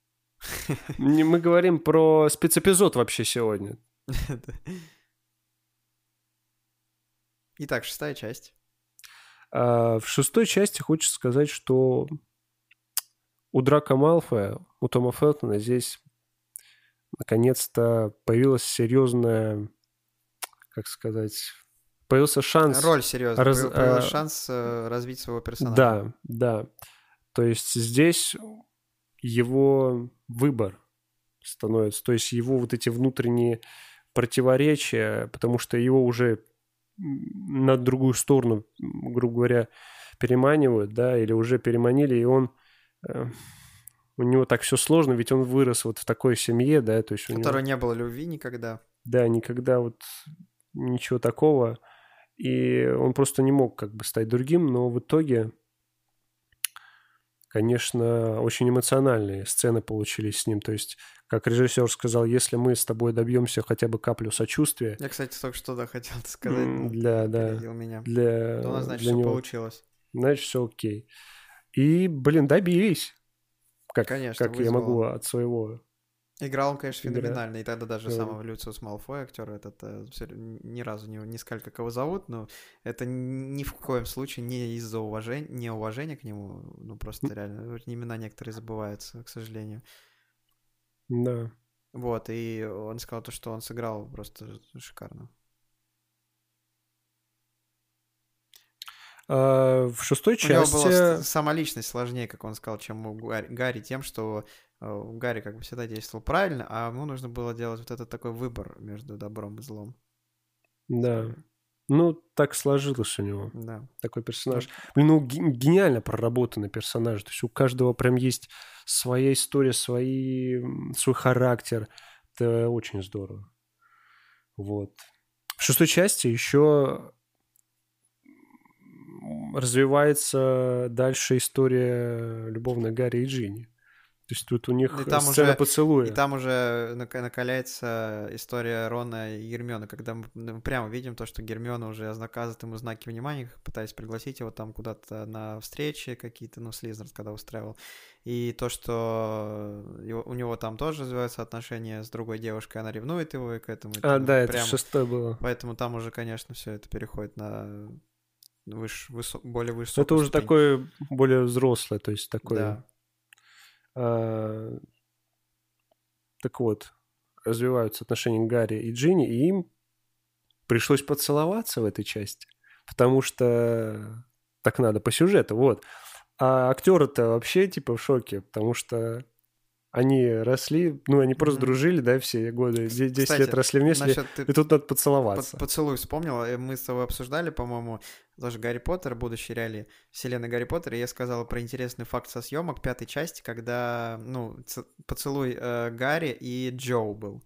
[SPEAKER 1] Не, Мы говорим про спецэпизод вообще сегодня.
[SPEAKER 2] Итак, шестая часть.
[SPEAKER 1] А в шестой части хочется сказать, что у Драка Малфоя, у Тома Фелтона здесь наконец-то появилась серьезная, как сказать, появился шанс.
[SPEAKER 2] Роль серьезная.
[SPEAKER 1] раз-
[SPEAKER 2] Появ- появился
[SPEAKER 1] а,
[SPEAKER 2] шанс э, развить своего персонажа.
[SPEAKER 1] Да, да. То есть здесь его выбор становится, то есть его вот эти внутренние противоречия, потому что его уже м, на другую сторону, м, грубо говоря, переманивают, да, или уже переманили, и он э, у него так все сложно, ведь он вырос вот в такой семье, да, то есть у
[SPEAKER 2] У
[SPEAKER 1] него-
[SPEAKER 2] которого не было любви никогда.
[SPEAKER 1] да, никогда вот ничего такого. И он просто не мог как бы стать другим, но в итоге, конечно, очень эмоциональные сцены получились с ним. То есть, как режиссер сказал, если мы с тобой добьемся хотя бы каплю сочувствия
[SPEAKER 2] Я, кстати, только что да, хотел это сказать.
[SPEAKER 1] м,
[SPEAKER 2] но
[SPEAKER 1] для, да,
[SPEAKER 2] перебил меня.
[SPEAKER 1] для,
[SPEAKER 2] То у нас, значит,
[SPEAKER 1] для
[SPEAKER 2] все
[SPEAKER 1] него,
[SPEAKER 2] получилось.
[SPEAKER 1] значит, все окей. И, блин, добились. Как,
[SPEAKER 2] Конечно,
[SPEAKER 1] как я
[SPEAKER 2] вызвало.
[SPEAKER 1] могу от своего
[SPEAKER 2] Играл он, конечно,
[SPEAKER 1] Игра.
[SPEAKER 2] феноменально, и тогда даже
[SPEAKER 1] Да.
[SPEAKER 2] самого Люциус Малфой, актер этот, э, всё равно ни разу не, не сказали, как его зовут, но это ни в коем случае не из-за уважения, не уважения к нему, ну просто реально, вот имена некоторые забываются, к сожалению.
[SPEAKER 1] да,
[SPEAKER 2] Вот, и он сказал то, что он сыграл просто шикарно.
[SPEAKER 1] А, в шестой
[SPEAKER 2] У него
[SPEAKER 1] части...
[SPEAKER 2] была ст- сама личность сложнее, как он сказал, чем у Гарри, Гарри, тем, что э, Гарри как бы всегда действовал правильно, а ему нужно было делать вот этот такой выбор между добром и злом.
[SPEAKER 1] Да. Ну, так сложилось у него,
[SPEAKER 2] Да.
[SPEAKER 1] такой персонаж. Блин, ну, ге- гениально проработанный персонаж. То есть у каждого прям есть своя история, свои, м, свой характер. Это очень здорово. Вот. В шестой части еще развивается дальше история любовной Гарри и Джинни. То есть тут у них
[SPEAKER 2] И там
[SPEAKER 1] сцена
[SPEAKER 2] уже-
[SPEAKER 1] поцелуя.
[SPEAKER 2] И там уже нака- накаляется история Рона и Гермиона, когда мы ну, прямо видим то, что Гермиона уже заказывает ему знаки внимания, пытаясь пригласить его там куда-то на встречи какие-то, ну, Слизнер когда устраивал. И то, что его- у него там тоже развиваются отношения с другой девушкой, она ревнует его и к этому. и
[SPEAKER 1] А,
[SPEAKER 2] там
[SPEAKER 1] да, это
[SPEAKER 2] прямо-
[SPEAKER 1] в шестой было.
[SPEAKER 2] Поэтому там уже, конечно, все это переходит на выш... высо- более высокую
[SPEAKER 1] Это уже
[SPEAKER 2] ступень.
[SPEAKER 1] такое более взрослое, то есть такое
[SPEAKER 2] Да.
[SPEAKER 1] А, Так вот, развиваются отношения Гарри и Джинни, и им пришлось поцеловаться в этой части, потому что так надо по сюжету, вот. А актеры-то вообще типа в шоке, потому что они росли, ну, они просто
[SPEAKER 2] Мгм.
[SPEAKER 1] дружили, да, все годы, де- 10
[SPEAKER 2] Кстати,
[SPEAKER 1] лет росли вместе,
[SPEAKER 2] Насчёт ты
[SPEAKER 1] и тут надо
[SPEAKER 2] По-
[SPEAKER 1] поцеловаться.
[SPEAKER 2] Поцелуй вспомнил, э, мы с тобой обсуждали, по-моему, даже Гарри Поттер, будущий реалии вселенной Гарри Поттера, и я сказал про интересный факт со съемок пятой части, когда, ну, ц- поцелуй э, Гарри и Джоу был.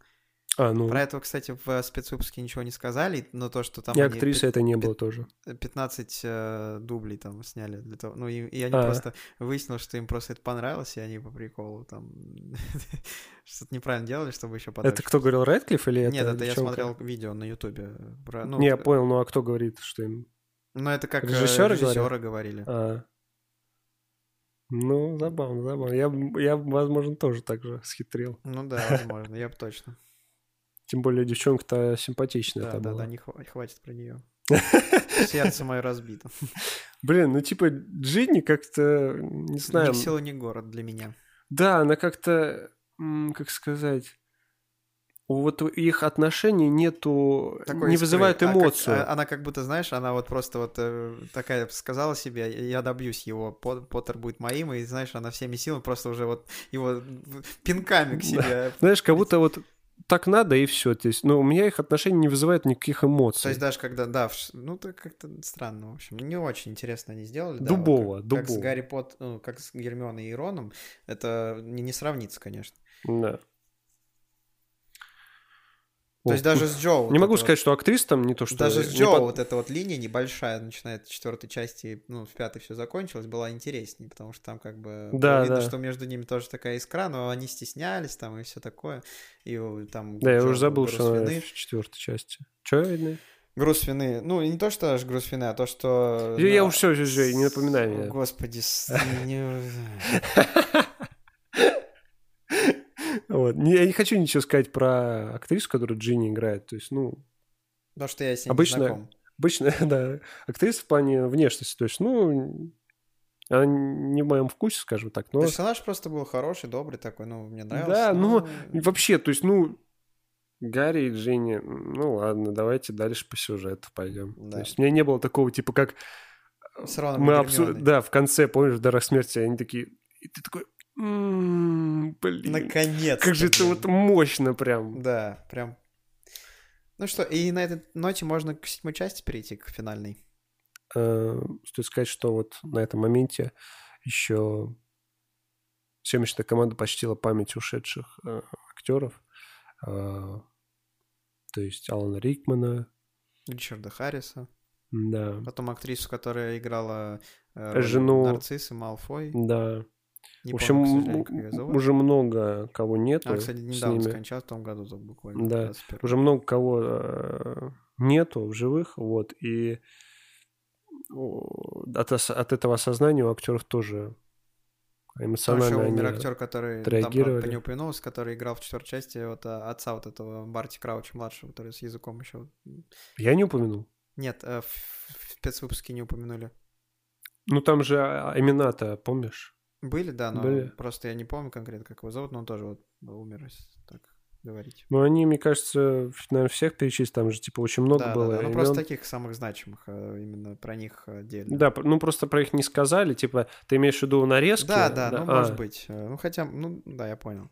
[SPEAKER 1] А, ну,
[SPEAKER 2] Про этого, кстати, в э, спецвыпуске ничего не сказали, но то, что там
[SPEAKER 1] и
[SPEAKER 2] они
[SPEAKER 1] актрисы это не было
[SPEAKER 2] пи-
[SPEAKER 1] тоже.
[SPEAKER 2] пят- 15 э, дублей там сняли для того, ну, и, и они
[SPEAKER 1] А.
[SPEAKER 2] просто выяснилось, что им просто это понравилось, и они по приколу там что-то неправильно делали, чтобы еще
[SPEAKER 1] Это кто говорил, Рэдклифф или это
[SPEAKER 2] Нет, это я
[SPEAKER 1] девчонка?
[SPEAKER 2] смотрел видео на Ютубе. про- ну,
[SPEAKER 1] Не, я
[SPEAKER 2] э,
[SPEAKER 1] понял, ну а кто говорит, что им...
[SPEAKER 2] Ну, это как
[SPEAKER 1] Режиссёры
[SPEAKER 2] режиссеры, режиссеры говорили.
[SPEAKER 1] А. Ну, забавно, забавно. Я, б- я, б, возможно, тоже так же схитрил.
[SPEAKER 2] Ну да, возможно, я бы точно.
[SPEAKER 1] Тем более девчонка-то симпатичная
[SPEAKER 2] Да,
[SPEAKER 1] там
[SPEAKER 2] да,
[SPEAKER 1] была.
[SPEAKER 2] да, не хва- хватит про нее. Сердце мое разбито.
[SPEAKER 1] Блин, ну типа Джинни как-то, не знаю...
[SPEAKER 2] Ни сила, ни город для меня.
[SPEAKER 1] Да, она как-то, м, как сказать... Вот у их отношений нету,
[SPEAKER 2] Такой
[SPEAKER 1] не
[SPEAKER 2] искры.
[SPEAKER 1] вызывает
[SPEAKER 2] А как-
[SPEAKER 1] эмоцию.
[SPEAKER 2] а- она как будто, знаешь, она вот просто вот э, такая сказала себе, я добьюсь его, Пот- Поттер будет моим, и, знаешь, она всеми силами просто уже вот его в- пинками к себе.
[SPEAKER 1] Знаешь, как будто вот так надо и все. То есть, ну, у меня их отношения не вызывают никаких эмоций.
[SPEAKER 2] То есть даже когда, да, в ш- ну так как-то странно, в общем, не очень интересно они сделали. да, вот
[SPEAKER 1] Дубово,
[SPEAKER 2] как, Как с
[SPEAKER 1] дубово.
[SPEAKER 2] Гарри Пот, ну, как с Гермионой и Роном, это не, не сравнится, конечно.
[SPEAKER 1] Да.
[SPEAKER 2] То есть
[SPEAKER 1] О,
[SPEAKER 2] даже с Джоу... вот
[SPEAKER 1] не могу
[SPEAKER 2] это вот-
[SPEAKER 1] сказать, что актрис там не то, что...
[SPEAKER 2] Даже с
[SPEAKER 1] не
[SPEAKER 2] Джо
[SPEAKER 1] под-
[SPEAKER 2] вот эта вот линия небольшая, начиная от четвертой части, ну, в пятой все закончилось, была интереснее, потому что там как бы было
[SPEAKER 1] Да,
[SPEAKER 2] видно,
[SPEAKER 1] да.
[SPEAKER 2] что между ними тоже такая искра, но они стеснялись там и все такое. И э, там
[SPEAKER 1] Да, я
[SPEAKER 2] Джо
[SPEAKER 1] уже забыл,
[SPEAKER 2] груз
[SPEAKER 1] что она
[SPEAKER 2] вины.
[SPEAKER 1] в четвертой части. Че видно?
[SPEAKER 2] Груз вины. Ну, и не то, что аж груз вины, а то, что...
[SPEAKER 1] Я, я
[SPEAKER 2] ну,
[SPEAKER 1] уже все, не напоминай
[SPEAKER 2] О,
[SPEAKER 1] меня.
[SPEAKER 2] Господи, с- не-
[SPEAKER 1] Вот. Не- Я не хочу ничего сказать про актрису, которую Джинни играет. То есть, ну,
[SPEAKER 2] потому что я с ней не
[SPEAKER 1] Обычно-
[SPEAKER 2] знаком.
[SPEAKER 1] обычно, да, актриса в плане внешности. То есть, ну, она не в моем вкусе, скажем так. Но
[SPEAKER 2] Персонаж просто был хороший, добрый такой, ну, мне нравился.
[SPEAKER 1] Ну, Да, ну,
[SPEAKER 2] ну,
[SPEAKER 1] вообще, то есть, ну, Гарри и Джинни, ну ладно, давайте дальше по сюжету пойдем.
[SPEAKER 2] Да. А,
[SPEAKER 1] То есть, у меня не было такого, типа, как
[SPEAKER 2] С Роном
[SPEAKER 1] мы
[SPEAKER 2] и
[SPEAKER 1] обсу-
[SPEAKER 2] Гермионой.
[SPEAKER 1] Да, в конце, помнишь, в «Дарах смерти, они такие... И ты такой, «М, блин,
[SPEAKER 2] Наконец.
[SPEAKER 1] как же это вот мощно прям.
[SPEAKER 2] Да, прям. Ну что, и на этой ноте можно к седьмой части перейти, к финальной.
[SPEAKER 1] Э, Стоит сказать, что вот на этом моменте еще съемочная команда почтила память ушедших э, актеров. Э, То есть Алана Рикмана,
[SPEAKER 2] Ричарда Харриса,
[SPEAKER 1] да,
[SPEAKER 2] потом актрису, которая играла э, роль
[SPEAKER 1] Жену.
[SPEAKER 2] Нарцисса Малфой.
[SPEAKER 1] да,
[SPEAKER 2] Не
[SPEAKER 1] в
[SPEAKER 2] помню,
[SPEAKER 1] общем,
[SPEAKER 2] к сожалению, как ее
[SPEAKER 1] м-
[SPEAKER 2] зовут.
[SPEAKER 1] уже много кого нету.
[SPEAKER 2] Она, кстати,
[SPEAKER 1] с
[SPEAKER 2] недавно
[SPEAKER 1] ними.
[SPEAKER 2] скончалась, в том году только буквально.
[SPEAKER 1] Да,
[SPEAKER 2] 21.
[SPEAKER 1] Уже много кого э, нету в живых, вот, и о, от, ос- от этого осознания у актеров тоже
[SPEAKER 2] Там еще
[SPEAKER 1] эмоционально они...
[SPEAKER 2] умер актер, который, ну, там, правда,
[SPEAKER 1] отреагировали.
[SPEAKER 2] по не упомянулось, который играл в четвертой части вот, а, отца вот этого Барти Крауча-младшего, который с языком еще...
[SPEAKER 1] Я не упомянул.
[SPEAKER 2] Нет, э, в- в спецвыпуске не упомянули.
[SPEAKER 1] Ну, там же а, имена-то, помнишь?
[SPEAKER 2] Были, да, но
[SPEAKER 1] Были.
[SPEAKER 2] просто я не помню конкретно, как его зовут, но он тоже вот умер, если так говорить.
[SPEAKER 1] Ну, они, мне кажется, наверное, всех перечислили, там же, типа, очень много
[SPEAKER 2] да,
[SPEAKER 1] было
[SPEAKER 2] да, да. Ну,
[SPEAKER 1] имен.
[SPEAKER 2] просто таких самых значимых, э, именно про них э, отдельно.
[SPEAKER 1] Да, ну, просто про их не сказали, типа, ты имеешь в виду нарезки?
[SPEAKER 2] да, да, ну,
[SPEAKER 1] А,
[SPEAKER 2] может быть. Э, Ну, хотя, ну, да, я понял.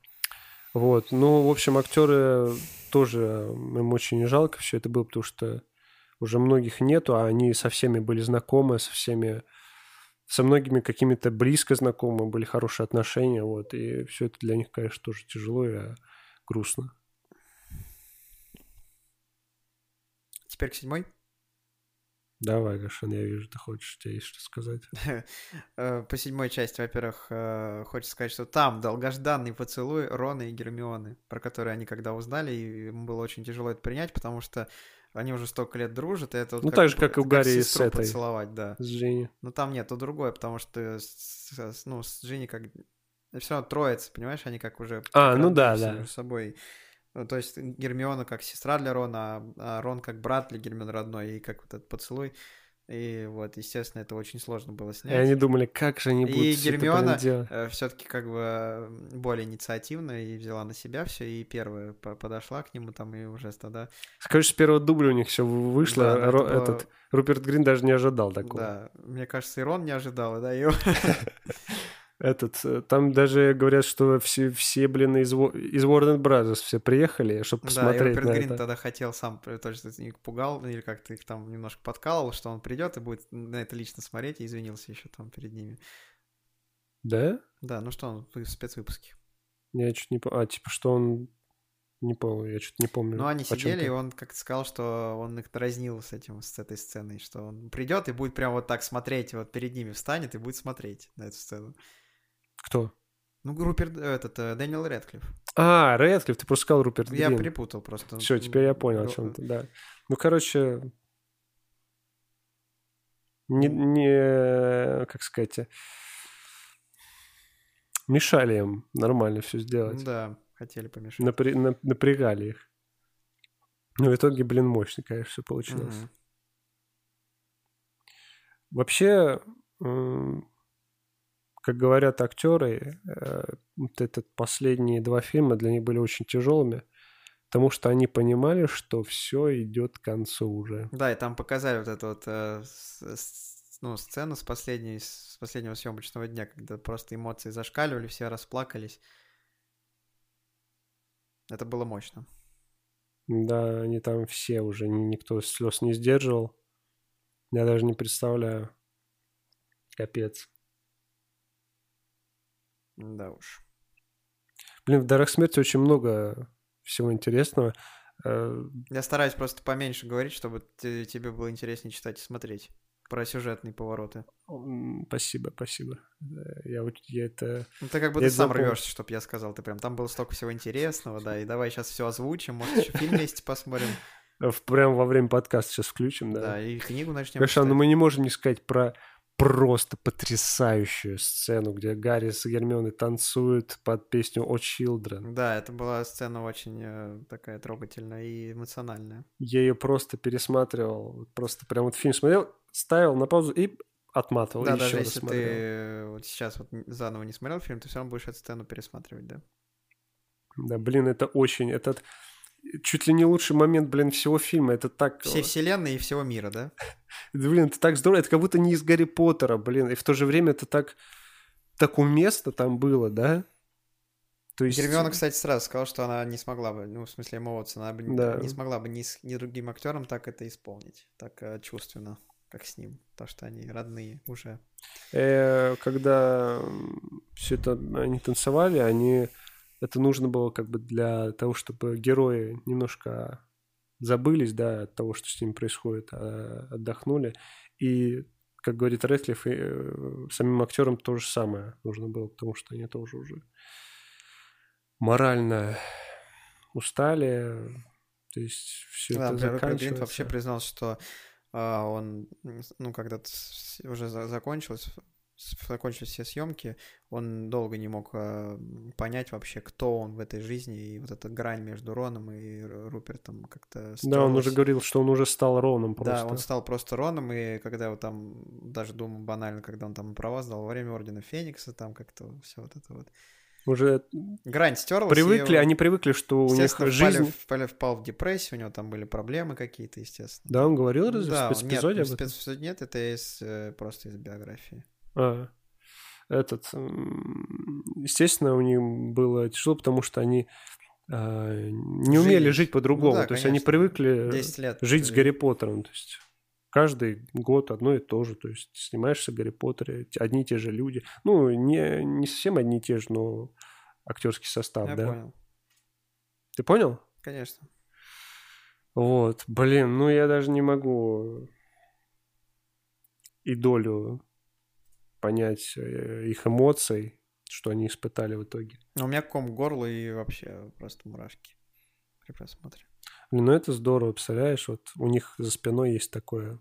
[SPEAKER 1] Вот, ну, в общем, актеры тоже им очень жалко все это было, потому что уже многих нету, а они со всеми были знакомы, со всеми, со многими какими-то близко знакомы, были хорошие отношения, вот, и все это для них, конечно, тоже тяжело и э, грустно.
[SPEAKER 2] Теперь к седьмой.
[SPEAKER 1] Давай, Гашан, я вижу, ты хочешь, у тебя есть что сказать.
[SPEAKER 2] Э, По седьмой части, во-первых, э, хочется сказать, что там долгожданный поцелуй Рона и Гермионы, про который они когда узнали, и им было очень тяжело это принять, потому что они уже столько лет дружат, и это вот
[SPEAKER 1] Ну, так же, как и у
[SPEAKER 2] это
[SPEAKER 1] Гарри и с
[SPEAKER 2] сестру
[SPEAKER 1] этой.
[SPEAKER 2] поцеловать, да.
[SPEAKER 1] С Женей.
[SPEAKER 2] Но Ну, там нет, то другое, потому что с- с- ну, с Джинни как... Все равно троица, понимаешь, они как уже...
[SPEAKER 1] А, ну да,
[SPEAKER 2] контролируются
[SPEAKER 1] да.
[SPEAKER 2] Между собой. Ну, то есть Гермиона как сестра для Рона, а- а Рон как брат для Гермиона родной, и как вот этот поцелуй. И вот, естественно, это очень сложно было
[SPEAKER 1] И
[SPEAKER 2] снять.
[SPEAKER 1] они думали, как же они
[SPEAKER 2] И
[SPEAKER 1] будут всё это, блин,
[SPEAKER 2] Гермиона,
[SPEAKER 1] делать.
[SPEAKER 2] Все-таки как бы э, более инициативно и взяла на себя все, и первая по- подошла к нему там и уже тогда...
[SPEAKER 1] Короче, с первого дубля у них все вышло. а
[SPEAKER 2] Да, ну, это
[SPEAKER 1] Ро-
[SPEAKER 2] было-
[SPEAKER 1] Этот Руперт Грин даже не ожидал такого.
[SPEAKER 2] Да, мне кажется, и Рон не ожидал, и да, и он.
[SPEAKER 1] Этот, э, там даже говорят, что все, все блин, из, Во- из Warner Brothers все приехали, чтобы
[SPEAKER 2] Да, и
[SPEAKER 1] посмотреть
[SPEAKER 2] Руперт
[SPEAKER 1] на
[SPEAKER 2] Грин
[SPEAKER 1] это.
[SPEAKER 2] тогда хотел сам, э, то есть их пугал, ну, или как-то их там немножко подкалывал, что он придет и будет на это лично смотреть, и извинился еще там перед ними.
[SPEAKER 1] Да?
[SPEAKER 2] Да, ну что, он в спецвыпуске.
[SPEAKER 1] Я чуть не помню. А, типа, что он... Не помню, я что-то не помню.
[SPEAKER 2] Ну, они
[SPEAKER 1] о чём
[SPEAKER 2] сидели,
[SPEAKER 1] ты.
[SPEAKER 2] и он как-то сказал, что он их дразнил с этим, с этой сценой, что он придет и будет прям вот так смотреть, вот перед ними встанет и будет смотреть на эту сцену.
[SPEAKER 1] Кто?
[SPEAKER 2] Ну, Руперт, э, этот, э, Дэниел Рэдклифф.
[SPEAKER 1] А, Рэдклифф, ты просто сказал Руперт
[SPEAKER 2] Я
[SPEAKER 1] Грин.
[SPEAKER 2] припутал просто.
[SPEAKER 1] Все, теперь я понял, о
[SPEAKER 2] Ру-
[SPEAKER 1] чем ты, да. Ну, короче, не, не, как сказать, э, мешали им нормально все сделать.
[SPEAKER 2] Да, хотели помешать.
[SPEAKER 1] Напря- на- напрягали их. Но в итоге, блин, мощно, конечно, все получилось.
[SPEAKER 2] Мгм.
[SPEAKER 1] Вообще, м, как говорят актеры, э, вот этот последние два фильма для них были очень тяжелыми, потому что они понимали, что все идет к концу уже.
[SPEAKER 2] Да, и там показали вот эту вот э, с- с- ну, сцену с, последней, с последнего съемочного дня, когда просто эмоции зашкаливали, все расплакались. Это было мощно.
[SPEAKER 1] Да, они там все уже, ни- никто слез не сдерживал. Я даже не представляю. Капец.
[SPEAKER 2] Да уж.
[SPEAKER 1] Блин, в «Дарах смерти» очень много всего интересного. Э,
[SPEAKER 2] Я стараюсь просто поменьше говорить, чтобы те- тебе было интереснее читать и смотреть про сюжетные повороты.
[SPEAKER 1] м, Спасибо, спасибо. Э, Я, уч- я это...
[SPEAKER 2] Ну, ты как будто
[SPEAKER 1] Я это
[SPEAKER 2] сам
[SPEAKER 1] запомнил.
[SPEAKER 2] рвешься, чтобы я сказал, ты прям там было столько всего интересного, да, и давай сейчас все озвучим, может, еще фильм вместе посмотрим,
[SPEAKER 1] э, в- Прямо во время подкаста сейчас включим, да. ну,
[SPEAKER 2] да, и книгу начнем
[SPEAKER 1] Конечно, но
[SPEAKER 2] читать.
[SPEAKER 1] мы не можем не сказать про просто потрясающую сцену, где Гарри с Гермионой танцуют под песню «О Children».
[SPEAKER 2] Да, это была сцена очень э, такая трогательная и эмоциональная.
[SPEAKER 1] Я ее просто пересматривал, вот просто прям вот фильм смотрел, ставил на паузу и отматывал,
[SPEAKER 2] да,
[SPEAKER 1] и еще
[SPEAKER 2] даже
[SPEAKER 1] раз
[SPEAKER 2] если ты
[SPEAKER 1] смотрел.
[SPEAKER 2] э, вот сейчас вот н- заново не смотрел фильм, ты все равно будешь эту сцену пересматривать, да.
[SPEAKER 1] Да, блин, это очень... Этот чуть ли не лучший момент, блин, всего фильма. Это так...
[SPEAKER 2] Всей вселенной и всего мира, да?
[SPEAKER 1] Да, Блин, это так здорово, это как будто не из Гарри Поттера, блин, и в то же время это так, так уместно там было, да? То есть...
[SPEAKER 2] Гермиона, кстати, сразу сказала, что она не смогла бы, ну, в смысле, эмоции, она бы не-
[SPEAKER 1] Да.
[SPEAKER 2] не смогла бы ни с ни другим актером так это исполнить, так э, чувственно, как с ним, потому что они родные уже.
[SPEAKER 1] э, когда все это они танцевали, они это нужно было как бы для того, чтобы герои немножко забылись, да, от того, что с ними происходит, а, отдохнули. И, как говорит Рэдклифф, и, э, самим актерам то же самое нужно было, потому что они тоже уже морально устали, то есть все
[SPEAKER 2] Да,
[SPEAKER 1] это
[SPEAKER 2] например, Рупер Гринт
[SPEAKER 1] заканчивается.
[SPEAKER 2] вообще признался, что а, он, м, с- ну, когда т- с- уже за- закончилось, с- закончились все съемки, он долго не мог а, м, понять вообще, кто он в этой жизни, и вот эта грань между Роном и Ру- Рупертом как-то
[SPEAKER 1] Да, он
[SPEAKER 2] стёрлась.
[SPEAKER 1] уже говорил, что он уже стал Роном просто.
[SPEAKER 2] Да, он стал просто Роном, и когда вот там, даже думал банально, когда он там права сдал во время Ордена Феникса, там как-то все вот это вот.
[SPEAKER 1] Уже
[SPEAKER 2] Грань стерлась. и
[SPEAKER 1] Привыкли,
[SPEAKER 2] он,
[SPEAKER 1] они привыкли, что у них
[SPEAKER 2] естественно, впали
[SPEAKER 1] жизнь...
[SPEAKER 2] в- впали- впал в депрессию, у него там были проблемы какие-то, естественно.
[SPEAKER 1] Да, он говорил разве
[SPEAKER 2] Ну Да,
[SPEAKER 1] в
[SPEAKER 2] он- нет,
[SPEAKER 1] спецэпизоде
[SPEAKER 2] в
[SPEAKER 1] об этом?
[SPEAKER 2] спецэпизоде нет, это из, э, просто из биографии.
[SPEAKER 1] А, этот... м, Естественно, у них было тяжело, потому что они а, не
[SPEAKER 2] Жили.
[SPEAKER 1] умели жить по-другому.
[SPEAKER 2] Ну да,
[SPEAKER 1] то есть они
[SPEAKER 2] конечно.
[SPEAKER 1] привыкли
[SPEAKER 2] 10 лет.
[SPEAKER 1] Э,
[SPEAKER 2] э,
[SPEAKER 1] жить с
[SPEAKER 2] ты-
[SPEAKER 1] Гарри Поттером. То есть каждый год одно и то же. То есть снимаешься в Гарри Поттере, т- одни и те же люди. Ну, не, не совсем одни и те же, но актерский состав,
[SPEAKER 2] Я
[SPEAKER 1] да?
[SPEAKER 2] понял.
[SPEAKER 1] Ты понял?
[SPEAKER 2] Конечно.
[SPEAKER 1] Вот, блин, ну я даже не могу и долю понять э, их эмоций, что они испытали в итоге.
[SPEAKER 2] Но у меня ком горло и вообще просто мурашки при просмотре.
[SPEAKER 1] Блин, ну это здорово, представляешь, вот у них за спиной есть такое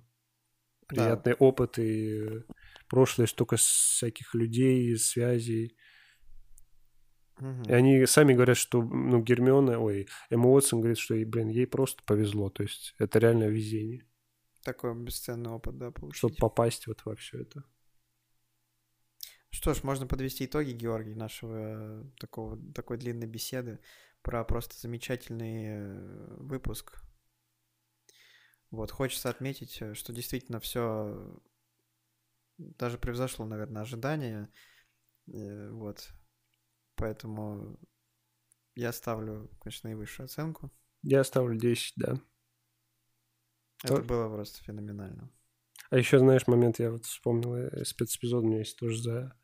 [SPEAKER 1] приятный опыт и э, прошлое, столько всяких людей, связей.
[SPEAKER 2] Мгм.
[SPEAKER 1] И они сами говорят, что, ну, Гермиона, ой, Эмма Уотсон говорит, что, ей, блин, ей просто повезло, то есть это реально везение,
[SPEAKER 2] Такой бесценный опыт, да,
[SPEAKER 1] чтобы
[SPEAKER 2] получить.
[SPEAKER 1] попасть вот во все это.
[SPEAKER 2] Что ж, можно подвести итоги, Георгий, нашего э, такого, такой длинной беседы про просто замечательный э, выпуск. Вот, хочется отметить, э, что действительно все даже превзошло, наверное, ожидания. Э, Вот. Поэтому я ставлю, конечно, наивысшую оценку.
[SPEAKER 1] Я ставлю 10, да.
[SPEAKER 2] Это
[SPEAKER 1] Так.
[SPEAKER 2] было просто феноменально.
[SPEAKER 1] А еще, знаешь, момент я вот вспомнил, э, спецэпизод у меня есть тоже за...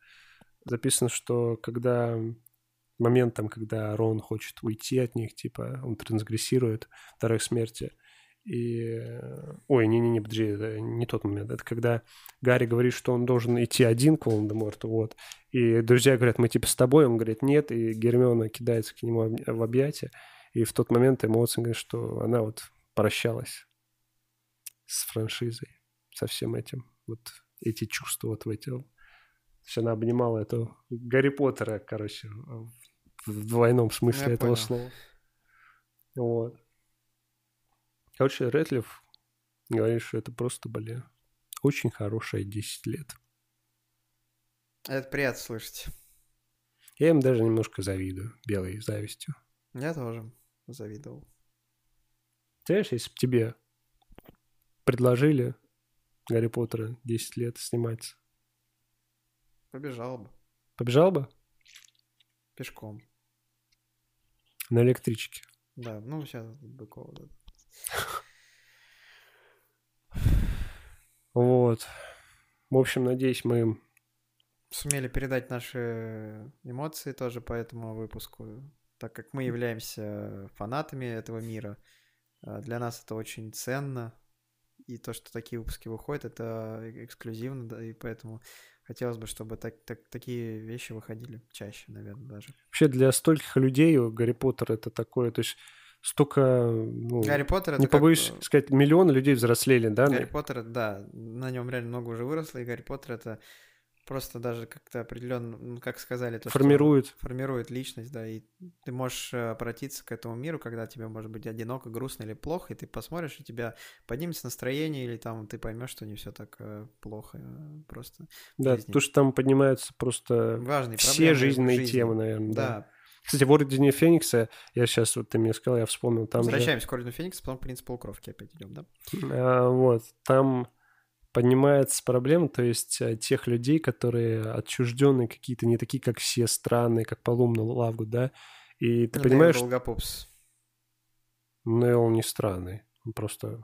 [SPEAKER 1] записано, что когда момент там, когда Рон хочет уйти от них, типа он трансгрессирует вторых смерти, и... э, Ой, не-не-не, подожди, это не тот момент. Это когда Гарри говорит, что он должен идти один к Волан-де-Морту, вот. И друзья говорят, мы типа с тобой, он говорит, нет, и Гермиона кидается к нему об- в объятия. И в тот момент эмоции говорит, что она вот прощалась с франшизой со всем этим. Вот эти чувства вот в эти То есть она обнимала этого Гарри Поттера, короче, в в двойном смысле
[SPEAKER 2] Я
[SPEAKER 1] этого
[SPEAKER 2] понял.
[SPEAKER 1] слова. Вот. Короче, Ретлиф говорит, что это просто, бля, очень хорошие 10 лет.
[SPEAKER 2] Это приятно слышать.
[SPEAKER 1] Я им даже немножко завидую, белой завистью.
[SPEAKER 2] Я тоже завидовал.
[SPEAKER 1] Ты знаешь, если бы тебе предложили Гарри Поттера 10 лет снимать,
[SPEAKER 2] Побежал бы
[SPEAKER 1] побежал бы
[SPEAKER 2] пешком.
[SPEAKER 1] на электричке?
[SPEAKER 2] Да, ну сейчас Быкова. да.
[SPEAKER 1] Вот. В общем, надеюсь, мы им...
[SPEAKER 2] Сумели передать наши эмоции тоже по этому выпуску, так как мы являемся фанатами этого мира. а, Для нас это очень ценно. И то, что такие выпуски выходят, это э- эксклюзивно, да, и поэтому хотелось бы, чтобы так- так- такие вещи выходили чаще, наверное, даже.
[SPEAKER 1] Вообще для стольких людей Гарри Поттер это такое, то есть столько... ну,
[SPEAKER 2] Гарри Поттер это
[SPEAKER 1] Не
[SPEAKER 2] как,
[SPEAKER 1] побоюсь
[SPEAKER 2] э,
[SPEAKER 1] сказать, миллион людей взрослели, да?
[SPEAKER 2] Гарри Поттер, это, да, на нем реально много уже выросло, и Гарри Поттер это просто даже как-то определенно, ну, как сказали, то, что-
[SPEAKER 1] Формируют.
[SPEAKER 2] формирует личность, да, и ты можешь э, обратиться к этому миру, когда тебе может быть одиноко, грустно или плохо, и ты посмотришь, и тебя поднимется настроение, или там ты поймешь, что не все так э, плохо, э, просто
[SPEAKER 1] Да,
[SPEAKER 2] жизни.
[SPEAKER 1] потому что там поднимаются просто
[SPEAKER 2] важные
[SPEAKER 1] все
[SPEAKER 2] проблемы
[SPEAKER 1] жизненные
[SPEAKER 2] жизни.
[SPEAKER 1] темы, наверное. Да.
[SPEAKER 2] Да,
[SPEAKER 1] Кстати, в Ордене Феникса, я сейчас, вот ты мне сказал, я вспомнил, там же,
[SPEAKER 2] возвращаемся к Ордену Феникса, потом принцип полукровки опять идем, да?
[SPEAKER 1] а, вот, там поднимается проблема, то есть э, тех людей, которые отчужденные какие-то, не такие, как все страны, как полумна Лавгу, да, и ты
[SPEAKER 2] Ну,
[SPEAKER 1] понимаешь,
[SPEAKER 2] Дэвид Долгопупс.
[SPEAKER 1] ну, он не странный, он просто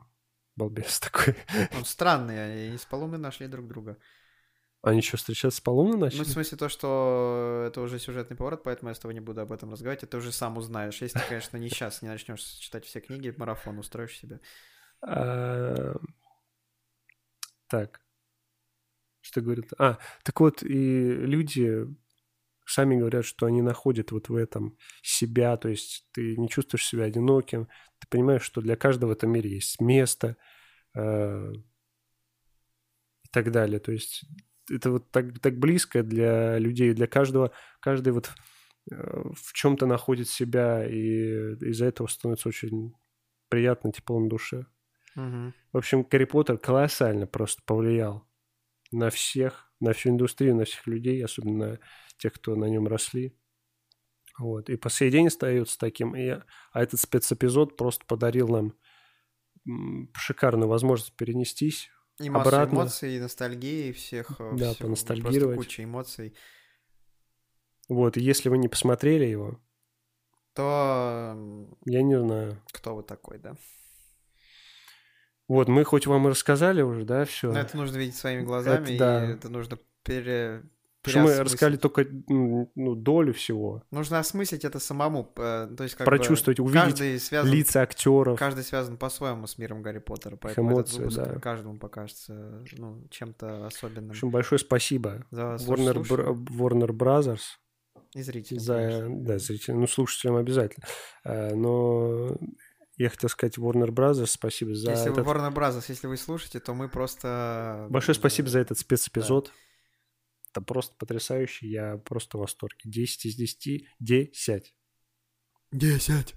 [SPEAKER 1] балбес такой.
[SPEAKER 2] Он странный, они с Полумной нашли друг друга.
[SPEAKER 1] Они что, встречаться с полумной
[SPEAKER 2] Ну,
[SPEAKER 1] начали?
[SPEAKER 2] в смысле то, что это уже сюжетный поворот, поэтому я с тобой не буду об этом разговаривать, а ты уже сам узнаешь, если ты, конечно, не сейчас не начнешь читать все книги, марафон устроишь себе.
[SPEAKER 1] А, Так. Что говорит? А, так вот, и люди сами говорят, что они находят вот в этом себя, то есть ты не чувствуешь себя одиноким, ты понимаешь, что для каждого в этом мире есть место э, и так далее. То есть это вот так, так близко для людей, для каждого, каждый вот э, в чем-то находит себя, и из-за этого становится очень приятно, тепло на душе.
[SPEAKER 2] Мгм.
[SPEAKER 1] В общем, Гарри Поттер колоссально просто повлиял на всех, на всю индустрию, на всех людей, особенно на тех, кто на нем росли. Вот. И по сей день остается таким. И, а этот спецэпизод просто подарил нам м, шикарную возможность перенестись.
[SPEAKER 2] И массу
[SPEAKER 1] Обратно.
[SPEAKER 2] эмоций, и ностальгии, и всех... э,
[SPEAKER 1] Да,
[SPEAKER 2] всего.
[SPEAKER 1] поностальгировать.
[SPEAKER 2] Просто куча эмоций.
[SPEAKER 1] Вот. И если вы не посмотрели его,
[SPEAKER 2] То м,
[SPEAKER 1] я не знаю.
[SPEAKER 2] кто вы такой, да?
[SPEAKER 1] Вот, мы хоть вам и рассказали уже, да, все.
[SPEAKER 2] Но это нужно видеть своими глазами,
[SPEAKER 1] Это да.
[SPEAKER 2] и это нужно пере...
[SPEAKER 1] Потому что мы
[SPEAKER 2] переосмыслить.
[SPEAKER 1] рассказали только м, ну, долю всего.
[SPEAKER 2] Нужно осмыслить это самому, э, то есть как бы
[SPEAKER 1] Прочувствовать, увидеть
[SPEAKER 2] каждый связан,
[SPEAKER 1] Лица актеров.
[SPEAKER 2] каждый связан по-своему с миром Гарри Поттера, поэтому этот
[SPEAKER 1] эмоции,
[SPEAKER 2] выпуск
[SPEAKER 1] да.
[SPEAKER 2] каждому покажется ну, чем-то особенным.
[SPEAKER 1] В общем, большое спасибо
[SPEAKER 2] За
[SPEAKER 1] Warner,
[SPEAKER 2] слушание
[SPEAKER 1] Br- Warner Brothers
[SPEAKER 2] и зрителям,
[SPEAKER 1] за,
[SPEAKER 2] конечно.
[SPEAKER 1] да, зрителям, ну, слушателям обязательно. Э, Но я хотел сказать Warner Brothers спасибо за
[SPEAKER 2] Если вы
[SPEAKER 1] этот...
[SPEAKER 2] Warner Bros., если вы слушаете, то мы просто...
[SPEAKER 1] Большое
[SPEAKER 2] э,
[SPEAKER 1] спасибо за этот спецэпизод. Это просто потрясающе. Я просто в восторге. 10 из 10. 10.
[SPEAKER 2] 10.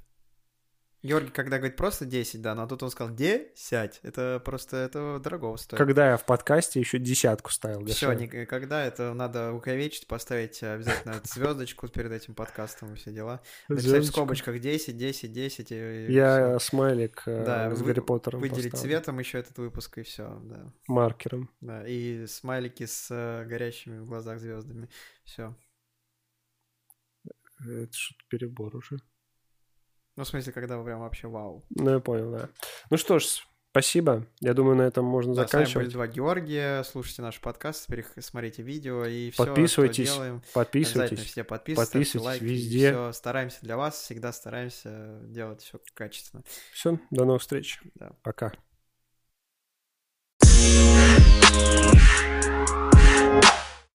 [SPEAKER 2] Георгий, когда говорит просто 10, да, но тут он сказал 10. Это просто это дорого стоит.
[SPEAKER 1] Когда я в подкасте еще десятку ставил.
[SPEAKER 2] Все,
[SPEAKER 1] дешевле.
[SPEAKER 2] когда это надо уковечить, поставить э, обязательно звездочку перед этим подкастом и все дела. Написать в
[SPEAKER 1] Звездочку.
[SPEAKER 2] скобочках 10, 10, 10. и- и
[SPEAKER 1] Я
[SPEAKER 2] всё.
[SPEAKER 1] смайлик э,
[SPEAKER 2] Да,
[SPEAKER 1] с
[SPEAKER 2] вы-
[SPEAKER 1] Гарри Поттером
[SPEAKER 2] выделить
[SPEAKER 1] поставлю.
[SPEAKER 2] цветом еще этот выпуск и все, да.
[SPEAKER 1] Маркером.
[SPEAKER 2] да. И смайлики с э, горящими в глазах звездами. Все.
[SPEAKER 1] Это что-то перебор уже.
[SPEAKER 2] Ну, в смысле, когда вы прям вообще вау.
[SPEAKER 1] Ну, я понял, да. Ну что ж, спасибо. Я думаю, на этом можно
[SPEAKER 2] Да, с вами были
[SPEAKER 1] заканчивать.
[SPEAKER 2] два Георгия. Слушайте наш подкаст, перех- смотрите видео и все.
[SPEAKER 1] Подписывайтесь,
[SPEAKER 2] делаем. Обязательно
[SPEAKER 1] Подписывайтесь.
[SPEAKER 2] все подписывайтесь,
[SPEAKER 1] подписывайтесь
[SPEAKER 2] лайки,
[SPEAKER 1] везде.
[SPEAKER 2] Все, стараемся для вас, всегда стараемся делать все качественно.
[SPEAKER 1] Все, до новых встреч.
[SPEAKER 2] Да.
[SPEAKER 1] Пока.